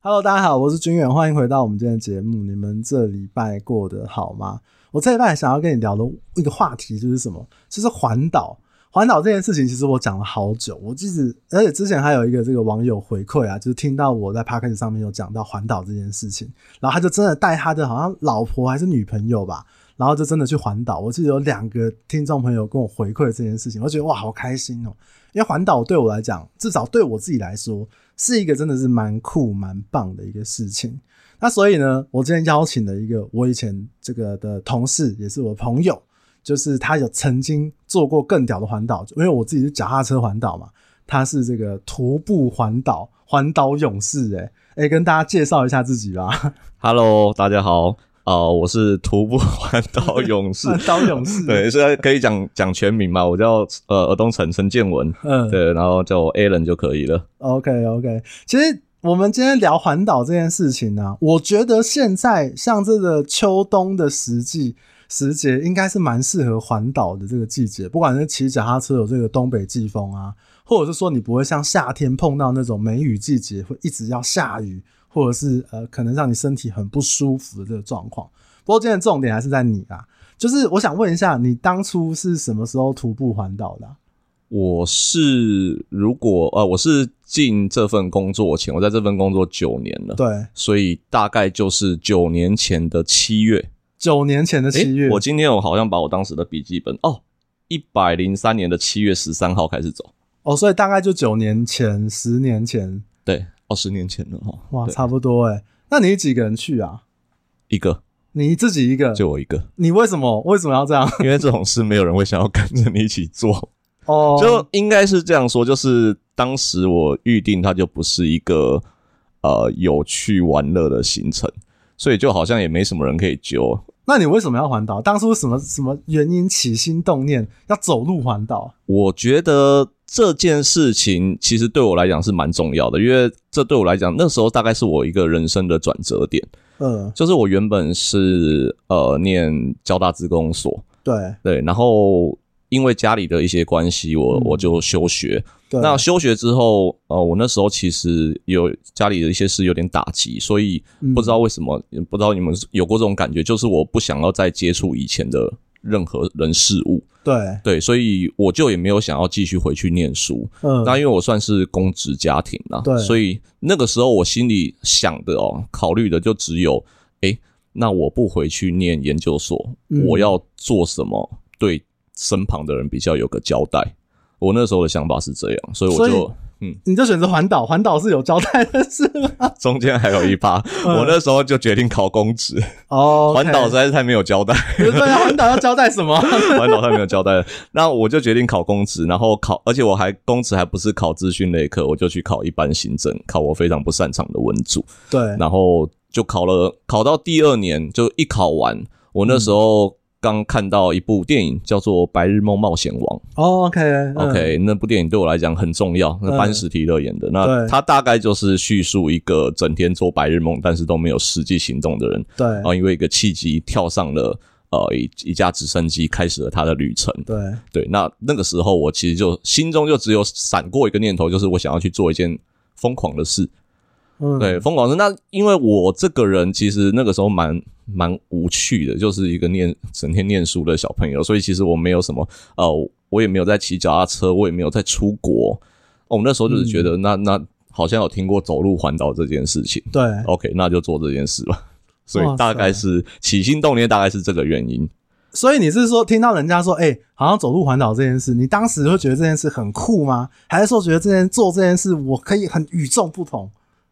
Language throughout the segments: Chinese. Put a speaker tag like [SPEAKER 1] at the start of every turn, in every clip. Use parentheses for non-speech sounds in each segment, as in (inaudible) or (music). [SPEAKER 1] Hello，大家好，我是君远，欢迎回到我们今天的节目。你们这礼拜过得好吗？我这礼拜想要跟你聊的一个话题就是什么？就是环岛。环岛这件事情，其实我讲了好久，我一直而且之前还有一个这个网友回馈啊，就是听到我在 p a c k a g e 上面有讲到环岛这件事情，然后他就真的带他的好像老婆还是女朋友吧，然后就真的去环岛。我记得有两个听众朋友跟我回馈这件事情，我觉得哇，好开心哦、因为环岛对我来讲，至少对我自己来说，是一个真的是蛮酷、蛮棒的一个事情。那所以呢，我今天邀请了一个我以前这个的同事，也是我朋友，就是他有曾经做过更屌的环岛，因为我自己是脚踏车环岛嘛，他是这个徒步环岛环岛勇士、欸，哎、哎，跟大家介绍一下自己吧，
[SPEAKER 2] Hello，大家好，啊、我是徒步环岛
[SPEAKER 1] (laughs)
[SPEAKER 2] 勇
[SPEAKER 1] (laughs)
[SPEAKER 2] 士
[SPEAKER 1] 环，岛勇士，
[SPEAKER 2] 对，，是可以讲讲全名嘛？我叫呃尔东城陈建文，
[SPEAKER 1] 嗯，
[SPEAKER 2] 对，然后叫我 Alan 就可以了。
[SPEAKER 1] OK OK，其实我们今天聊环岛这件事情呢、啊我觉得现在像这个秋冬的时季时节，应该是蛮适合环岛的这个季节，不管是骑脚踏车有这个东北季风啊，或者是说你不会像夏天碰到那种梅雨季节会一直要下雨，或者是呃可能让你身体很不舒服的这个状况。不过今天的重点还是在你啊，就是我想问一下，你当初是什么时候徒步环岛的啊、
[SPEAKER 2] 我是如果呃，我是进这份工作前，我在这份工作九年了，
[SPEAKER 1] 对，
[SPEAKER 2] 所以大概就是九年前的七月。
[SPEAKER 1] 九年前的七
[SPEAKER 2] 诶
[SPEAKER 1] 月，
[SPEAKER 2] 我今天我好像把我当时的笔记本哦，一百零三年的七月十三号开始走，
[SPEAKER 1] 哦，所以大概就九年前、十年前，
[SPEAKER 2] 对，哦，十年前了哦，
[SPEAKER 1] 哇，
[SPEAKER 2] 对
[SPEAKER 1] 差不多哎。那你几个人去啊？
[SPEAKER 2] 一个
[SPEAKER 1] 你自己一个？
[SPEAKER 2] 就我一个。
[SPEAKER 1] 你为什么为什么要这
[SPEAKER 2] (laughs)
[SPEAKER 1] 样？
[SPEAKER 2] 因为这种事没有人会想要跟着你一起做，
[SPEAKER 1] 哦，
[SPEAKER 2] 就应该是这样说，就是当时我预定它就不是一个呃有趣玩乐的行程，所以就好像也没什么人可以揪。
[SPEAKER 1] 那你为什么要环岛？当初什么什么原因起心动念要走路环岛？
[SPEAKER 2] 我觉得这件事情其实对我来讲是蛮重要的，因为这对我来讲那时候大概是我一个人生的转折点，
[SPEAKER 1] 嗯，
[SPEAKER 2] 就是我原本是呃念交大职工所，
[SPEAKER 1] 对
[SPEAKER 2] 对，然后因为家里的一些关系，我
[SPEAKER 1] 嗯
[SPEAKER 2] 我就休学，
[SPEAKER 1] 对，
[SPEAKER 2] 那休学之后，呃，我那时候其实有家里的一些事有点打击，所以
[SPEAKER 1] 嗯
[SPEAKER 2] 不知道为什么，也不知道你们有过这种感觉，就是我不想要再接触以前的任何人事物，
[SPEAKER 1] 对，
[SPEAKER 2] 对，所以我就也没有想要继续回去念书。
[SPEAKER 1] 嗯，
[SPEAKER 2] 那因为我算是公职家庭啦
[SPEAKER 1] 对，
[SPEAKER 2] 所以那个时候我心里想的哦，考虑的就只有，诶，那我不回去念研究所，
[SPEAKER 1] 嗯
[SPEAKER 2] 我要做什么对身旁的人比较有个交代。我那时候的想法是这样，所以我
[SPEAKER 1] 所
[SPEAKER 2] 就
[SPEAKER 1] 以你就选择环岛，环岛是有交代的事
[SPEAKER 2] (laughs)
[SPEAKER 1] 吗？
[SPEAKER 2] 中间还有
[SPEAKER 1] (laughs)
[SPEAKER 2] 一趴，
[SPEAKER 1] 嗯
[SPEAKER 2] 我那时候就决定考公职。
[SPEAKER 1] 哦，
[SPEAKER 2] 环岛实
[SPEAKER 1] 在，
[SPEAKER 2] 在是太没有交代， (laughs)
[SPEAKER 1] (laughs) 对啊，环岛要交代什么？ (laughs)
[SPEAKER 2] 环岛太没有交代了。那我就决定考公职，然后考，而且我还公职还不是考资讯类科，我就去考一般行政，考我非常不擅长的文组。
[SPEAKER 1] 对，
[SPEAKER 2] 然后就考了，考到第二年就一考完，我那
[SPEAKER 1] 嗯
[SPEAKER 2] 时候刚看到一部电影叫做《白日梦冒险王》
[SPEAKER 1] 哦，OK，嗯
[SPEAKER 2] ，OK，那部电影对我来讲很重要，那
[SPEAKER 1] 嗯
[SPEAKER 2] 班史提勒演的，那
[SPEAKER 1] 对
[SPEAKER 2] 他大概就是叙述一个整天做白日梦但是都没有实际行动的人，
[SPEAKER 1] 对
[SPEAKER 2] 然后因为一个契机跳上了。呃，一一架直升机开始了他的旅程。
[SPEAKER 1] 对，
[SPEAKER 2] 对，那那个时候我其实就心中就只有闪过一个念头，就是我想要去做一件疯狂的事。
[SPEAKER 1] 嗯，
[SPEAKER 2] 对，疯狂是那，因为我这个人其实那个时候蛮蛮无趣的，就是一个念整天念书的小朋友，所以其实我没有什么呃，我也没有在骑脚踏车，我也没有在出国。哦，我那时候就是觉
[SPEAKER 1] 嗯
[SPEAKER 2] 得、那那好像有听过走路环岛这件事情
[SPEAKER 1] 对，
[SPEAKER 2] ，OK，那就做这件事吧。所
[SPEAKER 1] 哇
[SPEAKER 2] 以
[SPEAKER 1] 塞
[SPEAKER 2] 大概是起心动念，大概是这个原因。
[SPEAKER 1] 所以你是说听到人家说，哎、好像走路环岛这件事，你当时会觉得这件事很酷吗？还是说觉得这件做这件事我可以很与众不同，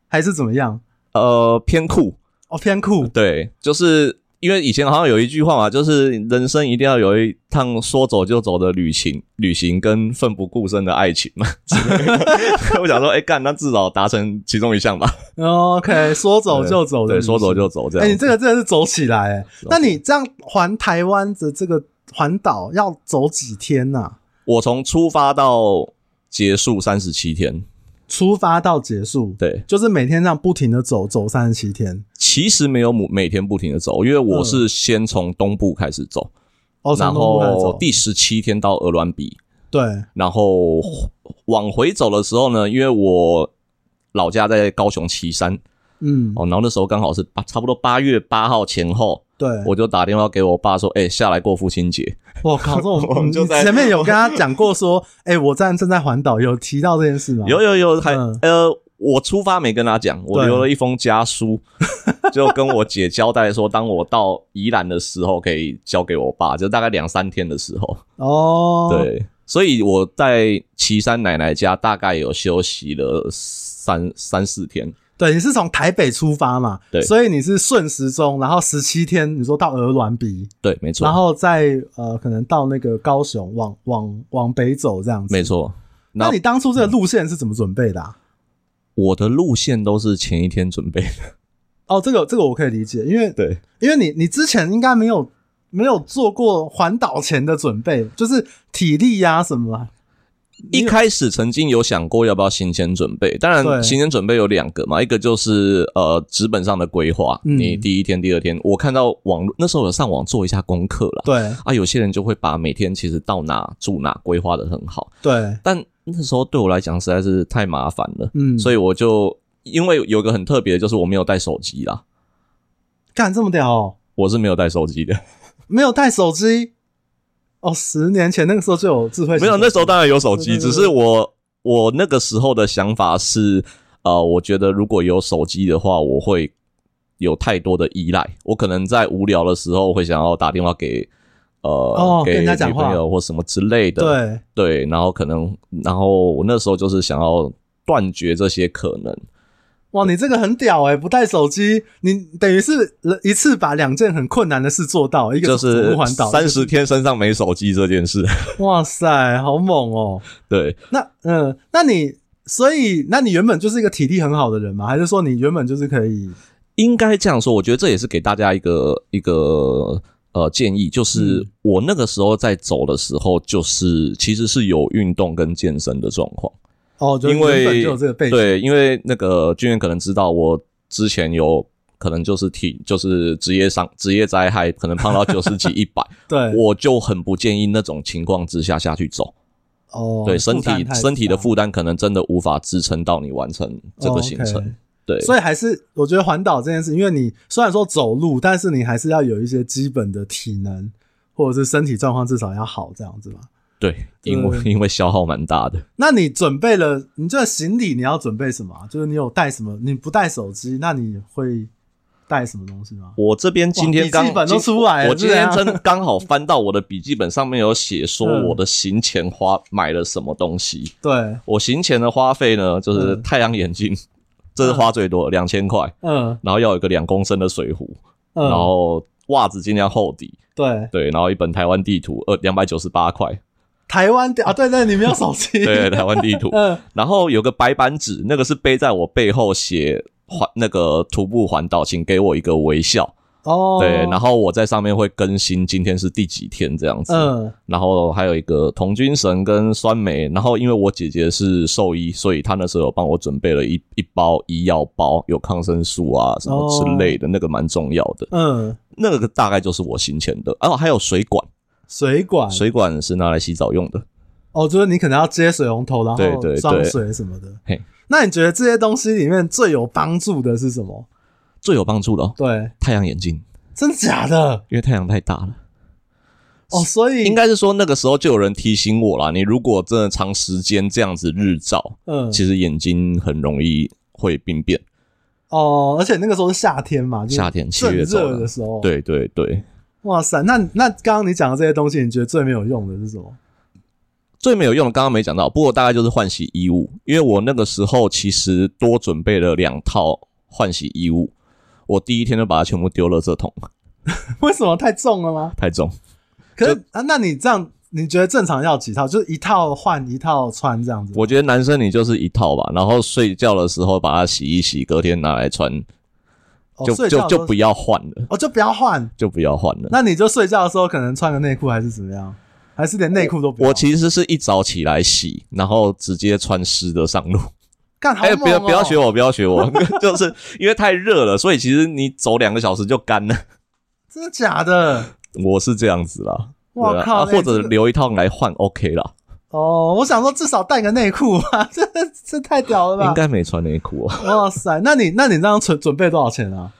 [SPEAKER 1] 还是怎么样？
[SPEAKER 2] 呃，偏酷，
[SPEAKER 1] 哦，偏酷，
[SPEAKER 2] 对，就是因为以前好像有一句话嘛，就是人生一定要有一趟说走就走的旅行，旅行跟奋不顾身的爱情嘛。 (laughs) 之类的我想说，哎、干，那至少达成其中一项吧。
[SPEAKER 1] 哦 OK，说走就走的
[SPEAKER 2] 呃对，
[SPEAKER 1] 旅行
[SPEAKER 2] 说走。就走这
[SPEAKER 1] 哎、
[SPEAKER 2] 样。
[SPEAKER 1] 你这个真的是走起来、哎，
[SPEAKER 2] 走
[SPEAKER 1] 那你这样环台湾的这个环岛要走几天啊呐、
[SPEAKER 2] 我从出发到结束三十七天，
[SPEAKER 1] 出发到结束，
[SPEAKER 2] 对，
[SPEAKER 1] 就是每天这样不停的走，走三十七天。
[SPEAKER 2] 其实没有每每天不停的走，因为我是先从东部开始走，
[SPEAKER 1] 嗯哦，
[SPEAKER 2] 然
[SPEAKER 1] 从东部开始
[SPEAKER 2] 后
[SPEAKER 1] 走，
[SPEAKER 2] 第十七天到鹅銮鼻，
[SPEAKER 1] 对，
[SPEAKER 2] 然后往回走的时候呢，因为我老家在高雄旗山，
[SPEAKER 1] 嗯，
[SPEAKER 2] 哦，然后那时候刚好是八，差不多八月八号前后，
[SPEAKER 1] 对，
[SPEAKER 2] 我就打电话给我爸说，哎、下来过父亲节。
[SPEAKER 1] 我靠，这种
[SPEAKER 2] (laughs) 我们就
[SPEAKER 1] 你
[SPEAKER 2] 在
[SPEAKER 1] 前面有跟他讲过说，哎、我站正在环岛，有提到这件事吗？
[SPEAKER 2] 有有有，还、
[SPEAKER 1] 嗯
[SPEAKER 2] 呃，我出发没跟他讲，我
[SPEAKER 1] 对
[SPEAKER 2] 留了一封
[SPEAKER 1] (laughs)
[SPEAKER 2] 家书，就跟我姐交代说，当我到宜兰的时候，可以交给我爸，就大概两三天的时候。
[SPEAKER 1] 哦，，
[SPEAKER 2] 对，所以我在岐山奶奶家大概有休息了三三四天。
[SPEAKER 1] 对，你是从台北出发嘛？
[SPEAKER 2] 对
[SPEAKER 1] 所以你是顺时钟，然后十七天，你说到鹅銮鼻，
[SPEAKER 2] 对，没
[SPEAKER 1] 然
[SPEAKER 2] 错，
[SPEAKER 1] 后再呃，可能到那个高雄，往往往北走这样子。
[SPEAKER 2] 没。错。
[SPEAKER 1] 那你当初这个路线是怎么准备的、啊？
[SPEAKER 2] 我的路线都是前一天准备的。
[SPEAKER 1] 哦，这个这个我可以理解，因为 (laughs)
[SPEAKER 2] 对，
[SPEAKER 1] 因为你你之前应该没有没有做过环岛前的准备，就是体力呀、什么啊。
[SPEAKER 2] 一开始曾经有想过要不要行前准备，当
[SPEAKER 1] 对
[SPEAKER 2] 然行前准备有两个嘛，一个就是呃纸本上的规划，
[SPEAKER 1] 嗯
[SPEAKER 2] 你第一天、第二天，我看到网络那时候有上网做一下功课啦。
[SPEAKER 1] 对
[SPEAKER 2] 啊，有些人就会把每天其实到哪住哪规划的很好，
[SPEAKER 1] 对，
[SPEAKER 2] 但那时候对我来讲实在是太麻烦了，
[SPEAKER 1] 嗯，
[SPEAKER 2] 所以我就因为有一个很特别的，就是我没有带手机啦，
[SPEAKER 1] 干这么屌、哦，
[SPEAKER 2] 我是没有带手机的，
[SPEAKER 1] 没有带手机。哦，十年前那个时候就有智慧型手机，
[SPEAKER 2] (laughs) 没有那时候当然有手
[SPEAKER 1] 对
[SPEAKER 2] 机，
[SPEAKER 1] 对对
[SPEAKER 2] 只是我我那个时候的想法是，呃，我觉得如果有手机的话，我会有太多的依赖，我可能在无聊的时候会想要打电话给。呃，
[SPEAKER 1] 哦
[SPEAKER 2] 给
[SPEAKER 1] 跟人家讲
[SPEAKER 2] 女朋
[SPEAKER 1] 话
[SPEAKER 2] 友或什么之类的，
[SPEAKER 1] 对，
[SPEAKER 2] 对，然后可能，然后我那时候就是想要断绝这些可能，
[SPEAKER 1] 哇，你这个很屌哎、不带手机，你等于是一次把两件很困难的事做到，一个
[SPEAKER 2] 就
[SPEAKER 1] 走
[SPEAKER 2] 是
[SPEAKER 1] 路环岛，
[SPEAKER 2] 三十天身上没手机这件事。
[SPEAKER 1] (laughs)
[SPEAKER 2] (laughs)
[SPEAKER 1] 哇塞，好猛哦、
[SPEAKER 2] 对，
[SPEAKER 1] 那嗯、那你所以那你原本就是一个体力很好的人吗？还是说你原本就是可以
[SPEAKER 2] 应该这样说，我觉得这也是给大家一个一个呃建议，就是
[SPEAKER 1] 嗯
[SPEAKER 2] 我那个时候在走的时候，就是其实是有运动跟健身的状况，
[SPEAKER 1] 哦，就是
[SPEAKER 2] 因
[SPEAKER 1] 原本
[SPEAKER 2] 为
[SPEAKER 1] 就有这个背景，
[SPEAKER 2] 对，因为那个君远可能知道我之前有。可能就是体，就是职业伤、职业灾害，可能胖到九十几、一
[SPEAKER 1] (laughs)
[SPEAKER 2] 百，
[SPEAKER 1] 对
[SPEAKER 2] 我就很不建议那种情况之下下去走。
[SPEAKER 1] 哦，
[SPEAKER 2] 对，身
[SPEAKER 1] 负担
[SPEAKER 2] 体
[SPEAKER 1] 太
[SPEAKER 2] 身体的
[SPEAKER 1] 大
[SPEAKER 2] 负担可能真的无法支撑到你完成这
[SPEAKER 1] 哦
[SPEAKER 2] 个行程。
[SPEAKER 1] ，OK
[SPEAKER 2] 对，
[SPEAKER 1] 所以还是我觉得环岛这件事，因为你虽然说走路，但是你还是要有一些基本的体能或者是身体状况至少要好这样子嘛。
[SPEAKER 2] 对，因为
[SPEAKER 1] 对
[SPEAKER 2] 因为消耗蛮大的。
[SPEAKER 1] 那你准备了，你这个行李你要准备什么啊、就是你有带什么？你不带手机，那你会带什么东西吗？
[SPEAKER 2] 我这边今天
[SPEAKER 1] 哇笔
[SPEAKER 2] 刚
[SPEAKER 1] 记本都
[SPEAKER 2] 今
[SPEAKER 1] 出来了
[SPEAKER 2] 我今天
[SPEAKER 1] 这样
[SPEAKER 2] 真的刚好翻到我的笔记本，上面有写说
[SPEAKER 1] 嗯
[SPEAKER 2] 我的行前花买了什么东西。
[SPEAKER 1] 对，
[SPEAKER 2] 我行前的花费呢，就是
[SPEAKER 1] 嗯
[SPEAKER 2] 太阳眼镜，这是花最多，两千块，
[SPEAKER 1] 嗯
[SPEAKER 2] 然后要有一个两公升的水壶，
[SPEAKER 1] 嗯，
[SPEAKER 2] 然后袜子尽量厚底，
[SPEAKER 1] 对，嗯
[SPEAKER 2] 对，然后一本台湾地图，呃，两百九十八
[SPEAKER 1] (laughs)
[SPEAKER 2] 块，
[SPEAKER 1] 台湾的啊，对对，你没有手机，
[SPEAKER 2] 对，台湾地图，
[SPEAKER 1] 嗯，
[SPEAKER 2] 然后有个白板纸，那个是背在我背后写环那个徒步环岛，请给我一个微笑。
[SPEAKER 1] 哦，
[SPEAKER 2] 对，然后我在上面会更新今天是第几天这样子。
[SPEAKER 1] 嗯，
[SPEAKER 2] 然后还有一个童军绳跟酸梅，然后因为我姐姐是兽医，所以她那时候有帮我准备了一一包医药包，有抗生素啊什么之类的，那个蛮重要的。
[SPEAKER 1] 嗯，那
[SPEAKER 2] 那个大概就是我行前的，然后还有水管，
[SPEAKER 1] 水管，
[SPEAKER 2] 水管是拿来洗澡用的。
[SPEAKER 1] 哦，就是你可能要接水龙头，然
[SPEAKER 2] 对
[SPEAKER 1] 后
[SPEAKER 2] 对对
[SPEAKER 1] 装水什么的。
[SPEAKER 2] 嘿
[SPEAKER 1] 那你觉得这些东西里面最有帮助的是什么？
[SPEAKER 2] 最有帮助的、哦、
[SPEAKER 1] 对，
[SPEAKER 2] 太阳眼镜，
[SPEAKER 1] 真的假的？
[SPEAKER 2] 因为太阳太大了。
[SPEAKER 1] 嗯哦，所以
[SPEAKER 2] 应该是说那个时候就有人提醒我啦，你如果真的长时间这样子日照，
[SPEAKER 1] 嗯
[SPEAKER 2] 其实眼睛很容易会病变。
[SPEAKER 1] 哦，而且那个时候是夏天嘛，就是
[SPEAKER 2] 夏天七
[SPEAKER 1] 正
[SPEAKER 2] 月走
[SPEAKER 1] 热
[SPEAKER 2] 了
[SPEAKER 1] 的时候。，
[SPEAKER 2] 对对对，
[SPEAKER 1] 哇塞，那那刚刚你讲的这些东西，你觉得最没有用的是什么？ (laughs)
[SPEAKER 2] 最没有用的刚刚没讲到，不过大概就是换洗衣物，因为我那个时候其实多准备了两套换洗衣物，我第一天就把它全部丢了这桶，
[SPEAKER 1] 为什么太重了吗？
[SPEAKER 2] 太重。 (laughs)
[SPEAKER 1] 可是啊，那你这样，你觉得正常要几套？就是一套换一套穿这样子吗。
[SPEAKER 2] 我觉得男生你就是一套吧，然后睡觉的时候把它洗一洗，隔天拿来穿，
[SPEAKER 1] 哦
[SPEAKER 2] 就
[SPEAKER 1] 睡觉
[SPEAKER 2] 就
[SPEAKER 1] 的时候
[SPEAKER 2] 就不要换了，
[SPEAKER 1] 哦，就不要换。
[SPEAKER 2] 就不要换了。
[SPEAKER 1] 那你就睡觉的时候可能穿个内裤还是怎么样？还是连内裤都不要？
[SPEAKER 2] 我其实是一早起来洗，然后直接穿湿的上
[SPEAKER 1] (laughs)
[SPEAKER 2] 路。
[SPEAKER 1] 干好
[SPEAKER 2] 哎、
[SPEAKER 1] 猛
[SPEAKER 2] 不要
[SPEAKER 1] 哦！
[SPEAKER 2] 不要学我，不要学我， (laughs) 就是因为太热了，所以其实你走两个小时就干了。
[SPEAKER 1] 真的假的？
[SPEAKER 2] (laughs) 我是这样子啦，对
[SPEAKER 1] 我
[SPEAKER 2] 啊，
[SPEAKER 1] 靠！
[SPEAKER 2] 啊
[SPEAKER 1] 哎
[SPEAKER 2] 或者
[SPEAKER 1] 这个
[SPEAKER 2] 留一套来换 OK 啦。
[SPEAKER 1] 哦，我想说至少带个内裤吧， (laughs) 这这太屌了吧！
[SPEAKER 2] 应该没穿内裤、哦。
[SPEAKER 1] 哇塞，那你那你这样准准备多少钱啊？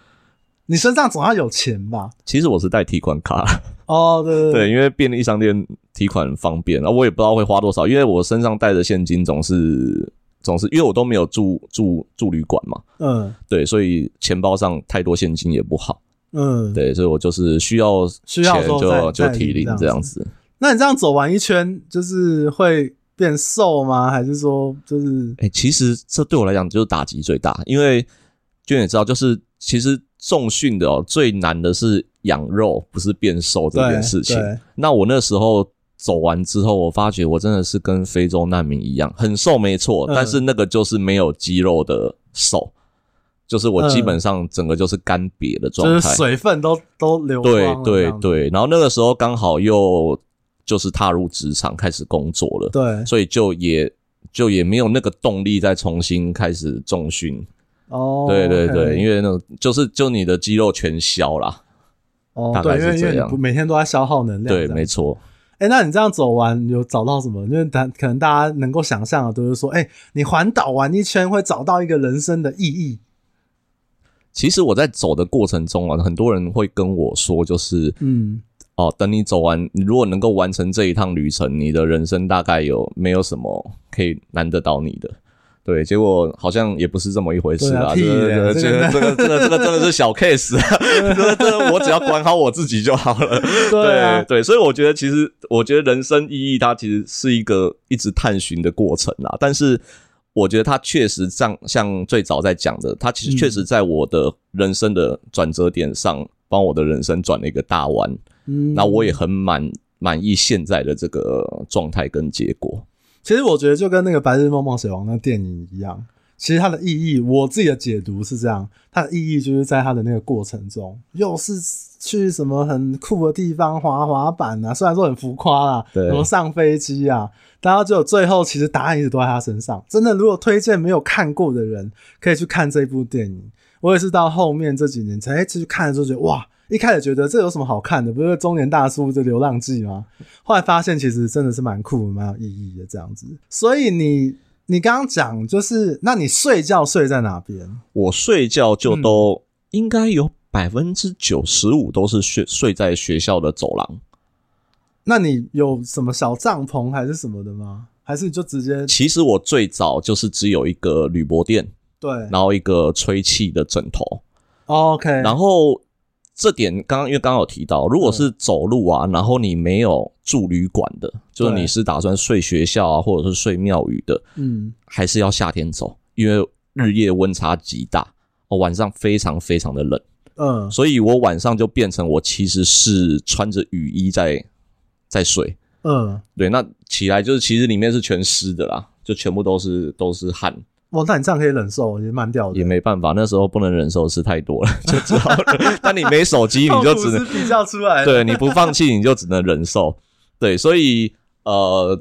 [SPEAKER 1] 你身上总要有钱吧？
[SPEAKER 2] 其实我是带提款卡，
[SPEAKER 1] 哦，对对
[SPEAKER 2] 对，因为便利商店提款方便，啊然后我也不知道会花多少，因为我身上带的现金总是总是，因为我都没有住住住旅馆嘛，
[SPEAKER 1] 嗯
[SPEAKER 2] 对，所以钱包上太多现金也不好，
[SPEAKER 1] 嗯，
[SPEAKER 2] 对，所以我就是需要
[SPEAKER 1] 需要的
[SPEAKER 2] 钱
[SPEAKER 1] 时候
[SPEAKER 2] 就
[SPEAKER 1] 再
[SPEAKER 2] 就
[SPEAKER 1] 再
[SPEAKER 2] 提领
[SPEAKER 1] 这
[SPEAKER 2] 这
[SPEAKER 1] 样
[SPEAKER 2] 样子。
[SPEAKER 1] 那你这样走完一圈，就是会变瘦吗？还是说就是
[SPEAKER 2] 哎、其实这对我来讲就是打击最大，因为娟也知道，就是其实重训的哦，最难的是养肉，不是变瘦这件事情
[SPEAKER 1] 对对。
[SPEAKER 2] 那我那时候走完之后，我发觉我真的是跟非洲难民一样，很瘦没错
[SPEAKER 1] 嗯，
[SPEAKER 2] 但是那个就是没有肌肉的瘦，就是我基本上整个就是干瘪的
[SPEAKER 1] 嗯就
[SPEAKER 2] 状态
[SPEAKER 1] 是。水分都都流光
[SPEAKER 2] 对
[SPEAKER 1] 了这
[SPEAKER 2] 对
[SPEAKER 1] 样子
[SPEAKER 2] 对，然后那个时候刚好又就是踏入职场开始工作了，
[SPEAKER 1] 对
[SPEAKER 2] 所以就也就也没有那个动力再重新开始重训。
[SPEAKER 1] 哦，
[SPEAKER 2] 对对对，因
[SPEAKER 1] 为
[SPEAKER 2] 为那种就是就你的肌肉全消啦。
[SPEAKER 1] 哦
[SPEAKER 2] 大
[SPEAKER 1] 对，
[SPEAKER 2] 概
[SPEAKER 1] 因
[SPEAKER 2] 是
[SPEAKER 1] 为因为
[SPEAKER 2] 这
[SPEAKER 1] 你
[SPEAKER 2] 样
[SPEAKER 1] 不每天都在消耗能量这
[SPEAKER 2] 对，
[SPEAKER 1] 样，
[SPEAKER 2] 没错，
[SPEAKER 1] 哎、那你这样走完，有找到什么？因为大可能大家能够想象的都是说，哎、你环岛玩一圈会找到一个人生的意义。
[SPEAKER 2] 其实我在走的过程中啊，很多人会跟我说，就是
[SPEAKER 1] 嗯，
[SPEAKER 2] 哦，等你走完，你如果能够完成这一趟旅程，你的人生大概有没有什么可以难得到你的？对，结果好像也不是这么一回事
[SPEAKER 1] 对啊
[SPEAKER 2] 这
[SPEAKER 1] 屁
[SPEAKER 2] 这
[SPEAKER 1] 咧
[SPEAKER 2] 个这个这个这个真的是小 case 啊， (laughs) 这个这个我只要管好我自己就好了。
[SPEAKER 1] 对啊，
[SPEAKER 2] 对，所以我觉得其实我觉得人生意义它其实是一个一直探寻的过程啦，但是。我觉得它确实像像最早在讲的，它其实确实在我的人生的转折点上，帮我的人生转了一个大弯。
[SPEAKER 1] 嗯，
[SPEAKER 2] 那我也很满满意现在的这个状态跟结果。
[SPEAKER 1] 其实我觉得就跟那个《白日梦冒险王》那电影一样，其实它的意义，我自己的解读是这样，它的意义就是在它的那个过程中，又是去什么很酷的地方滑滑板啊，虽然说很浮夸啦，
[SPEAKER 2] 对
[SPEAKER 1] 什么上飞机啊，但它只有最后其实答案一直都在他身上。真的，如果推荐没有看过的人，可以去看这部电影。我也是到后面这几年才哎去看的时候觉得哇。一开始觉得这有什么好看的？不是中年大叔这《流浪记》吗？后来发现其实真的是蛮酷、蛮有意义的这样子。所以你你刚刚讲就是，那你睡觉睡在哪边？
[SPEAKER 2] 我睡觉就都应该有百分之九十五都是睡睡在学校的走廊。
[SPEAKER 1] 那你有什么小帐篷还是什么的吗？还是就直接
[SPEAKER 2] 其实我最早就是只有一个铝箔垫，
[SPEAKER 1] 对哦
[SPEAKER 2] 然后一个吹气的枕头，
[SPEAKER 1] ？OK，然
[SPEAKER 2] 然后。这点刚刚因为刚刚有提到，如果是走路啊，然后你没有住旅馆的，就是
[SPEAKER 1] 对
[SPEAKER 2] 你是打算睡学校啊，或者是睡庙宇的，
[SPEAKER 1] 嗯，
[SPEAKER 2] 还是要夏天走，因为日夜温差极大，哦，晚上非常非常的冷，
[SPEAKER 1] 嗯，
[SPEAKER 2] 所以我晚上就变成我其实是穿着雨衣在在睡，
[SPEAKER 1] 嗯，
[SPEAKER 2] 对，那起来就是其实里面是全湿的啦，就全部都是都是汗，
[SPEAKER 1] 哇，那你这样可以忍受，也蛮屌的。
[SPEAKER 2] 也没办法，那时候不能忍受是太多了， (laughs) 就只好，但你没手机你就只能
[SPEAKER 1] 痛苦是比较出来的。
[SPEAKER 2] 对，你不放弃，你就只能忍受。对，所以呃，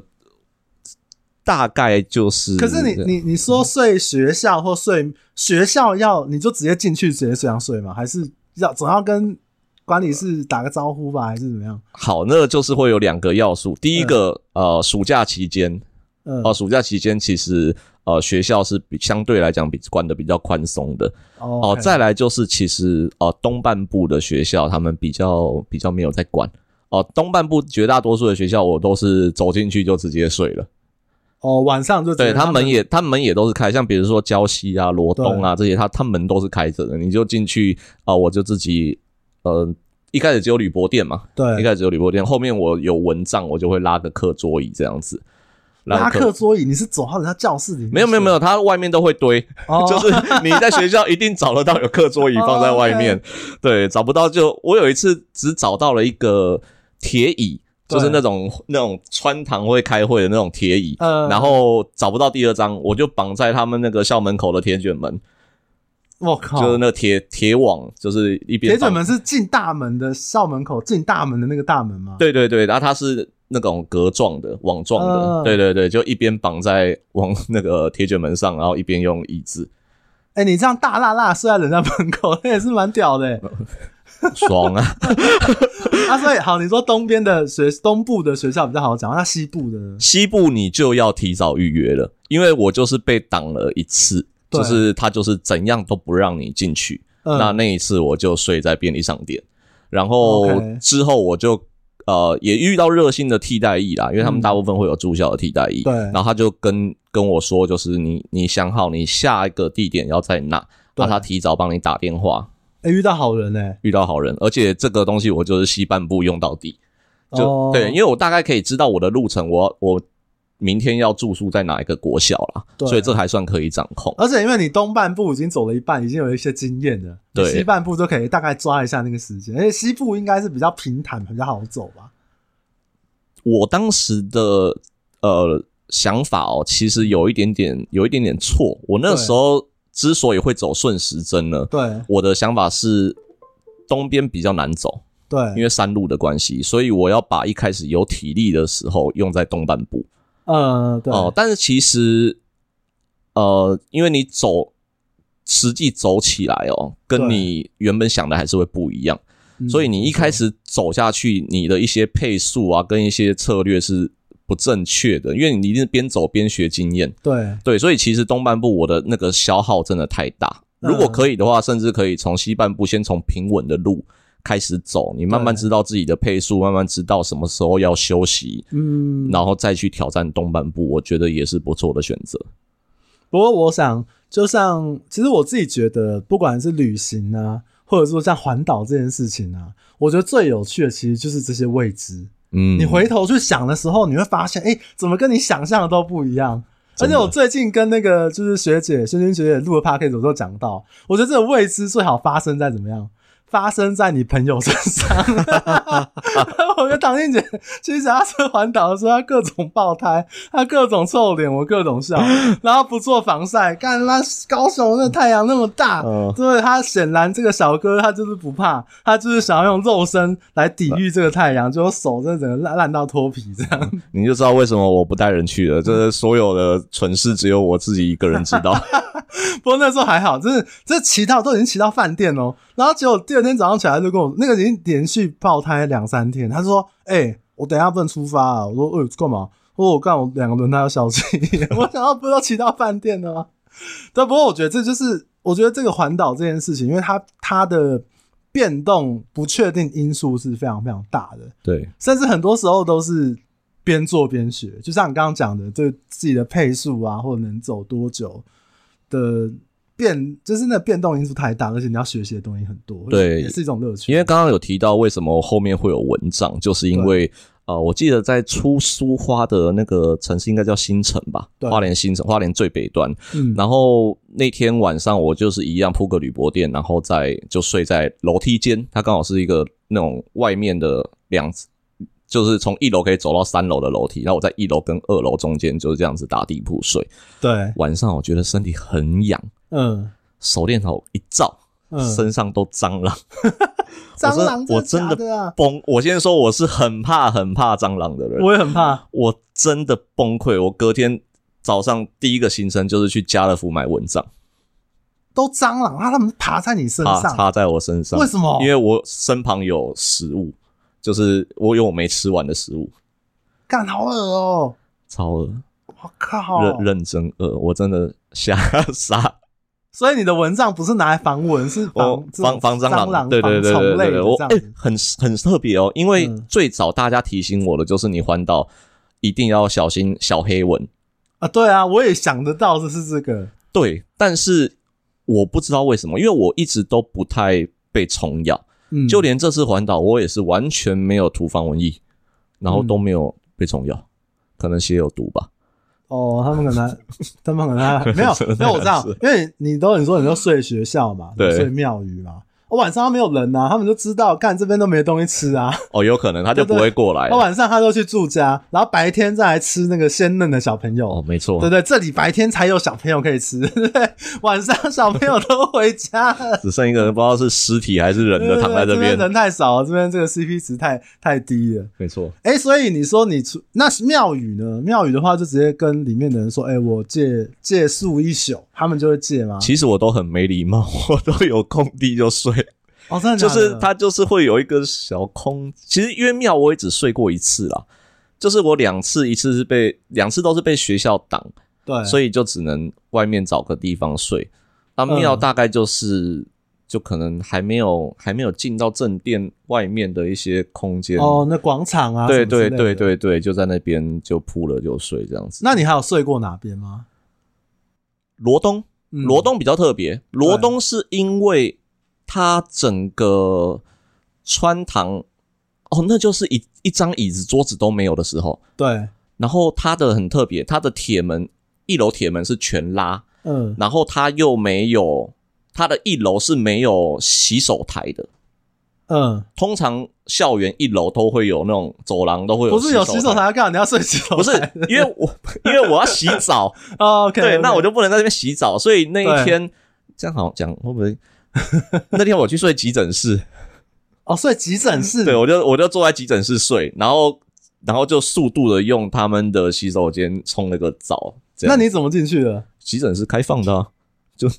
[SPEAKER 2] 大概就是。
[SPEAKER 1] 可是你你你说睡学校或睡学校要你就直接进去直接这样睡吗？还是要总要跟管理室打个招呼吧，还是怎么样？
[SPEAKER 2] 好，那就是会有两个要素。第一个，呃，暑假期间，
[SPEAKER 1] 嗯，
[SPEAKER 2] 哦、暑假期间其实呃学校是比相对来讲比管的比较宽松的。哦、
[SPEAKER 1] 哦
[SPEAKER 2] 再来就是其实呃东半部的学校他们比较比较没有在管。哦、东半部绝大多数的学校，我都是走进去就直接睡了。
[SPEAKER 1] 哦，晚上就直接
[SPEAKER 2] 对，他门也，他门也都是开，像比如说胶西啊、罗东啊这些，他他门都是开着的。你就进去啊、我就自己，呃，一开始只有铝箔店嘛，一
[SPEAKER 1] 对
[SPEAKER 2] 开始有铝箔店，后面我有蚊帐，我就会拉个课桌椅这样子。
[SPEAKER 1] 拉
[SPEAKER 2] 个
[SPEAKER 1] 课桌椅，你是走到人家教室里面？
[SPEAKER 2] 没有没有没有，它外面都会堆，
[SPEAKER 1] 哦，
[SPEAKER 2] (laughs) 就是你在学校一定找得到有课桌椅放在外面。
[SPEAKER 1] 哦
[SPEAKER 2] 对，找不到就我有一次只找到了一个铁椅。
[SPEAKER 1] 对
[SPEAKER 2] 就是那种那种穿堂会开会的那种铁椅，
[SPEAKER 1] 嗯
[SPEAKER 2] 然后找不到第二张，我就绑在他们那个校门口的铁卷门，
[SPEAKER 1] 我靠，
[SPEAKER 2] 就是那个铁铁网，就是一
[SPEAKER 1] 哦
[SPEAKER 2] 边
[SPEAKER 1] 铁卷
[SPEAKER 2] 绑
[SPEAKER 1] 门是进大门的校门口，进大门的那个大门吗？
[SPEAKER 2] 对对对，然后它是那种格状的、网状的，
[SPEAKER 1] 嗯
[SPEAKER 2] 对对对，就一边绑在网 (laughs) 那个铁卷门上，然后一边用椅子。
[SPEAKER 1] (laughs) 哎、你这样大辣辣睡在人家门口，那也是蛮屌的、欸。
[SPEAKER 2] 爽啊！
[SPEAKER 1] 啊，所以好，你说东边的学东部的学校比较好讲，那西部的呢
[SPEAKER 2] 西部你就要提早预约了，因为我就是被挡了一次，
[SPEAKER 1] 对
[SPEAKER 2] 就是他就是怎样都不让你进去。
[SPEAKER 1] 嗯
[SPEAKER 2] 那那一次我就睡在便利商店，然后
[SPEAKER 1] OK
[SPEAKER 2] 之后我就呃也遇到热心的替代役啦，因为他们大部分会有住校的替代役，
[SPEAKER 1] 嗯对
[SPEAKER 2] 然后他就跟跟我说，就是你你想好你下一个地点要在哪，
[SPEAKER 1] 对
[SPEAKER 2] 那他提早帮你打电话，
[SPEAKER 1] 哎、遇到好人哎、
[SPEAKER 2] 遇到好人，而且这个东西我就是西半部用到底，就、
[SPEAKER 1] 哦
[SPEAKER 2] 对，因为我大概可以知道我的路程，我我明天要住宿在哪一个国小啦，
[SPEAKER 1] 对
[SPEAKER 2] 所以这还算可以掌控。
[SPEAKER 1] 而且因为你东半部已经走了一半，已经有一些经验了，你
[SPEAKER 2] 对
[SPEAKER 1] 西半部就可以大概抓一下那个时间，而且西部应该是比较平坦，比较好走吧。
[SPEAKER 2] 我当时的呃想法哦，其实有一点点有一点点错。我那
[SPEAKER 1] 对
[SPEAKER 2] 时候之所以会走顺时针呢，
[SPEAKER 1] 对
[SPEAKER 2] 我的想法是东边比较难走，因
[SPEAKER 1] 对，
[SPEAKER 2] 为山路的关系，所以我要把一开始有体力的时候用在东半部。
[SPEAKER 1] 呃，对，
[SPEAKER 2] 哦、但是其实，呃，因为你走实际走起来哦，
[SPEAKER 1] 对
[SPEAKER 2] 跟你原本想的还是会不一样，
[SPEAKER 1] 嗯
[SPEAKER 2] 所以你一开始走下去，你的一些配速啊，跟一些策略是不正确的，因为你一定是边走边学经验。
[SPEAKER 1] 对
[SPEAKER 2] 对，所以其实东半部我的那个消耗真的太大。
[SPEAKER 1] 嗯
[SPEAKER 2] 如果可以的话，甚至可以从西半部先从平稳的路开始走，你慢慢
[SPEAKER 1] 对
[SPEAKER 2] 知道自己的配速，慢慢知道什么时候要休息，
[SPEAKER 1] 嗯，
[SPEAKER 2] 然后再去挑战东半部，我觉得也是不错的选择。
[SPEAKER 1] 不过我想，就像其实我自己觉得，不管是旅行啊，或者说像环岛这件事情啊，我觉得最有趣的其实就是这些未知。
[SPEAKER 2] 嗯，
[SPEAKER 1] 你回头去想的时候，你会发现，哎、怎么跟你想象的都不一样。而
[SPEAKER 2] 真
[SPEAKER 1] 且
[SPEAKER 2] 的
[SPEAKER 1] 我最近跟那个就是学姐萱萱学姐录的 p o d c a s 都讲到，我觉得这个未知最好发生在怎么样？发生在你朋友身上。我跟唐静姐去骑她车环岛的时候，她各种爆胎，她各种臭脸，我各种笑，然后不做防晒，干那高雄那太阳那么大，
[SPEAKER 2] 嗯
[SPEAKER 1] 对他显然这个小哥他就是不怕，他就是想要用肉身来抵御这个太阳，结果手真的整个烂烂到脱皮这样。
[SPEAKER 2] 你就知道为什么我不带人去了。这所有的蠢事只有我自己一个人 (laughs) 知道。
[SPEAKER 1] 不过那时候还好，就是这骑到都已经骑到饭店哦，然后结果第二天早上起来就跟我那个已经连续爆胎两三天，他就说：“哎、我等一下不能出发啊。”我说：“呃、干嘛？”我说：“我干，我两个轮胎要消气。” (laughs) 我想要不是要骑到饭店的吗？对，不过我觉得这就是，我觉得这个环岛这件事情，因为它它的变动不确定因素是非常非常大的，
[SPEAKER 2] 对，
[SPEAKER 1] 甚至很多时候都是边做边学，就像你刚刚讲的，对自己的配速啊，或者能走多久的变，就是那变动因素太大，而且你要学习的东西很多，
[SPEAKER 2] 对
[SPEAKER 1] 也是一种乐趣。
[SPEAKER 2] 因为刚刚有提到为什么后面会有文章，就是因为呃，我记得在出苏花的那个城市应该叫新城吧，
[SPEAKER 1] 对
[SPEAKER 2] 花莲新城，花莲最北端。
[SPEAKER 1] 嗯，
[SPEAKER 2] 然后那天晚上我就是一样铺个铝箔垫，然后在就睡在楼梯间，它刚好是一个那种外面的两，就是从一楼可以走到三楼的楼梯，然后我在一楼跟二楼中间就是这样子打地铺睡。
[SPEAKER 1] 对，
[SPEAKER 2] 晚上我觉得身体很痒，
[SPEAKER 1] 嗯
[SPEAKER 2] 手电筒一照，
[SPEAKER 1] 嗯，
[SPEAKER 2] 身上都蟑螂。
[SPEAKER 1] 蟑螂
[SPEAKER 2] 我
[SPEAKER 1] 真
[SPEAKER 2] 真
[SPEAKER 1] 假的啊，
[SPEAKER 2] 崩！我先说我是很怕很怕蟑螂的人，我
[SPEAKER 1] 我也很怕。
[SPEAKER 2] 真的崩溃。我隔天早上第一个行程就是去家乐福买蚊帐，
[SPEAKER 1] 都蟑螂啊，它们爬在你身
[SPEAKER 2] 插
[SPEAKER 1] 上，
[SPEAKER 2] 插在我身上
[SPEAKER 1] 为。什么？
[SPEAKER 2] 因为我身旁有食物，就是我有我没吃完的食物，
[SPEAKER 1] 干好恶哦、
[SPEAKER 2] 超饿，
[SPEAKER 1] 我靠！
[SPEAKER 2] 认认真饿，我真的吓傻。
[SPEAKER 1] 所以你的蚊帐不是拿来防蚊，是
[SPEAKER 2] 我
[SPEAKER 1] (laughs) 防这
[SPEAKER 2] 防
[SPEAKER 1] 种
[SPEAKER 2] 哦防蟑
[SPEAKER 1] 蟑
[SPEAKER 2] 螂，对对对
[SPEAKER 1] 防
[SPEAKER 2] 对
[SPEAKER 1] 虫类
[SPEAKER 2] 对
[SPEAKER 1] 的
[SPEAKER 2] 对，我
[SPEAKER 1] 这样
[SPEAKER 2] 哎、
[SPEAKER 1] 子。
[SPEAKER 2] 很很特别哦，因为
[SPEAKER 1] 嗯
[SPEAKER 2] 最早大家提醒我的就是你环岛一定要小心小黑蚊，
[SPEAKER 1] 啊，对啊，我也想得到这是这个，
[SPEAKER 2] 对，但是我不知道为什么，因为我一直都不太被虫咬，
[SPEAKER 1] 嗯，
[SPEAKER 2] 就连这次环岛，我也是完全没有涂防蚊液，然
[SPEAKER 1] 嗯
[SPEAKER 2] 后都没有被虫咬，可能血有毒吧。
[SPEAKER 1] 哦，他们可
[SPEAKER 2] (laughs)
[SPEAKER 1] 能，他们可能没有，没有，我知道，因为你都你说你都睡学校嘛，
[SPEAKER 2] 对
[SPEAKER 1] 睡庙宇嘛，哦晚上他没有人啊，他们就知道，干这边都没东西吃啊，
[SPEAKER 2] 哦，有可能他就不会过来
[SPEAKER 1] 他。晚上他都去住家，然后白天再来吃那个鲜嫩的小朋友，
[SPEAKER 2] 哦，没错。
[SPEAKER 1] 对，不对？这里白天才有小朋友可以吃， (laughs) 对不对？晚上小朋友都回家了
[SPEAKER 2] (laughs) 只剩一个人，不知道是尸体还是人
[SPEAKER 1] 对对
[SPEAKER 2] 的躺在
[SPEAKER 1] 对
[SPEAKER 2] 这边。
[SPEAKER 1] 人太少了，这边这个 CP 值太太低了。
[SPEAKER 2] 没错，
[SPEAKER 1] 哎、所以你说你出那庙宇呢？庙宇的话，就直接跟里面的人说，哎、我借借宿一宿，他们就会借吗？
[SPEAKER 2] (laughs) 其实我都很没礼貌，我都有空地就睡。
[SPEAKER 1] 哦，真的假的
[SPEAKER 2] 就是它就是会有一个小空。其实约庙我也只睡过一次啦，就是我两次，一次是被两次都是被学校挡，
[SPEAKER 1] 对，
[SPEAKER 2] 所
[SPEAKER 1] 以
[SPEAKER 2] 以就只能外面找个地方睡。那庙
[SPEAKER 1] 嗯
[SPEAKER 2] 大概就是、就可能还没有还没有进到正殿外面的一些空间。
[SPEAKER 1] 哦，那广场啊，
[SPEAKER 2] 对
[SPEAKER 1] 什么之
[SPEAKER 2] 对
[SPEAKER 1] 类的
[SPEAKER 2] 对。对对，就在那边就铺了就睡这样子。
[SPEAKER 1] 那你还有睡过哪边吗？
[SPEAKER 2] 罗东，
[SPEAKER 1] 嗯
[SPEAKER 2] 罗东比较特别，罗东是因为它整个穿堂哦，那就是一一张椅子桌子都没有的时候，
[SPEAKER 1] 对，
[SPEAKER 2] 然后它的很特别，它的铁门一楼铁门是全拉，
[SPEAKER 1] 嗯，
[SPEAKER 2] 然后它又没有它的一楼是没有洗手台的。
[SPEAKER 1] 嗯，
[SPEAKER 2] 通常校园一楼都会有那种走廊都会有，
[SPEAKER 1] 不是有洗手台，要干嘛？你要睡洗手台？
[SPEAKER 2] 不是因为我因为我要洗
[SPEAKER 1] (laughs)
[SPEAKER 2] 澡，
[SPEAKER 1] 哦，OK，
[SPEAKER 2] 对，那我
[SPEAKER 1] 就
[SPEAKER 2] 就不能在这边洗澡，所以那一天这样好像讲会不会？ (laughs) 那天我去睡急诊室，
[SPEAKER 1] 哦睡急诊室，
[SPEAKER 2] 对我就我就坐在急诊室睡，然后然后就速度的用他们的洗手间冲了个澡。这
[SPEAKER 1] 那
[SPEAKER 2] 样
[SPEAKER 1] 你怎么进去的？
[SPEAKER 2] 急诊室开放的、啊，就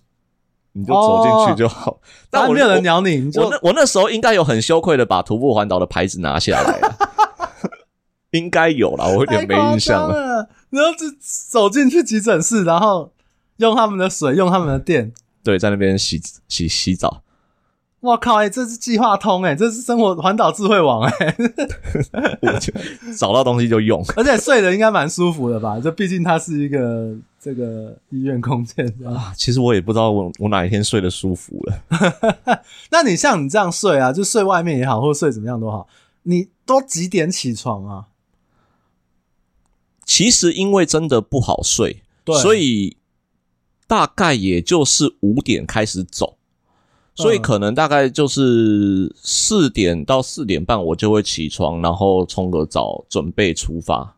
[SPEAKER 2] 你就走进去就好。但
[SPEAKER 1] 啊
[SPEAKER 2] 我
[SPEAKER 1] 没有
[SPEAKER 2] 我
[SPEAKER 1] 人鸟你，你
[SPEAKER 2] 我
[SPEAKER 1] 就
[SPEAKER 2] 那我那时候应该有很羞愧的把徒步环岛的牌子拿下来
[SPEAKER 1] (laughs)
[SPEAKER 2] 了，应该有啦，我有
[SPEAKER 1] 太
[SPEAKER 2] 点没
[SPEAKER 1] 夸
[SPEAKER 2] 印象
[SPEAKER 1] 张
[SPEAKER 2] 了。
[SPEAKER 1] 了。然后就走进去急诊室，然后用他们的水，用他们的电。
[SPEAKER 2] 对，在那边洗洗
[SPEAKER 1] (laughs)
[SPEAKER 2] 洗澡，
[SPEAKER 1] 我靠！哎、这是计划通哎、这是生活环岛智慧网哎、
[SPEAKER 2] 我就找到东西就用。
[SPEAKER 1] 而且睡得应该蛮舒服的吧？就毕竟它是一个这个医院空间这样。
[SPEAKER 2] 啊，其实我也不知道我我哪一天睡得舒服了。
[SPEAKER 1] 那你像你这样睡啊，就睡外面也好，或者睡怎么样都好，你都几点起床啊？
[SPEAKER 2] 其实因为真的不好睡
[SPEAKER 1] 对，
[SPEAKER 2] 所以大概也就是五点开始走，所以
[SPEAKER 1] 嗯
[SPEAKER 2] 可能大概就是四点到四点半我就会起床，然后冲个澡，准备出发。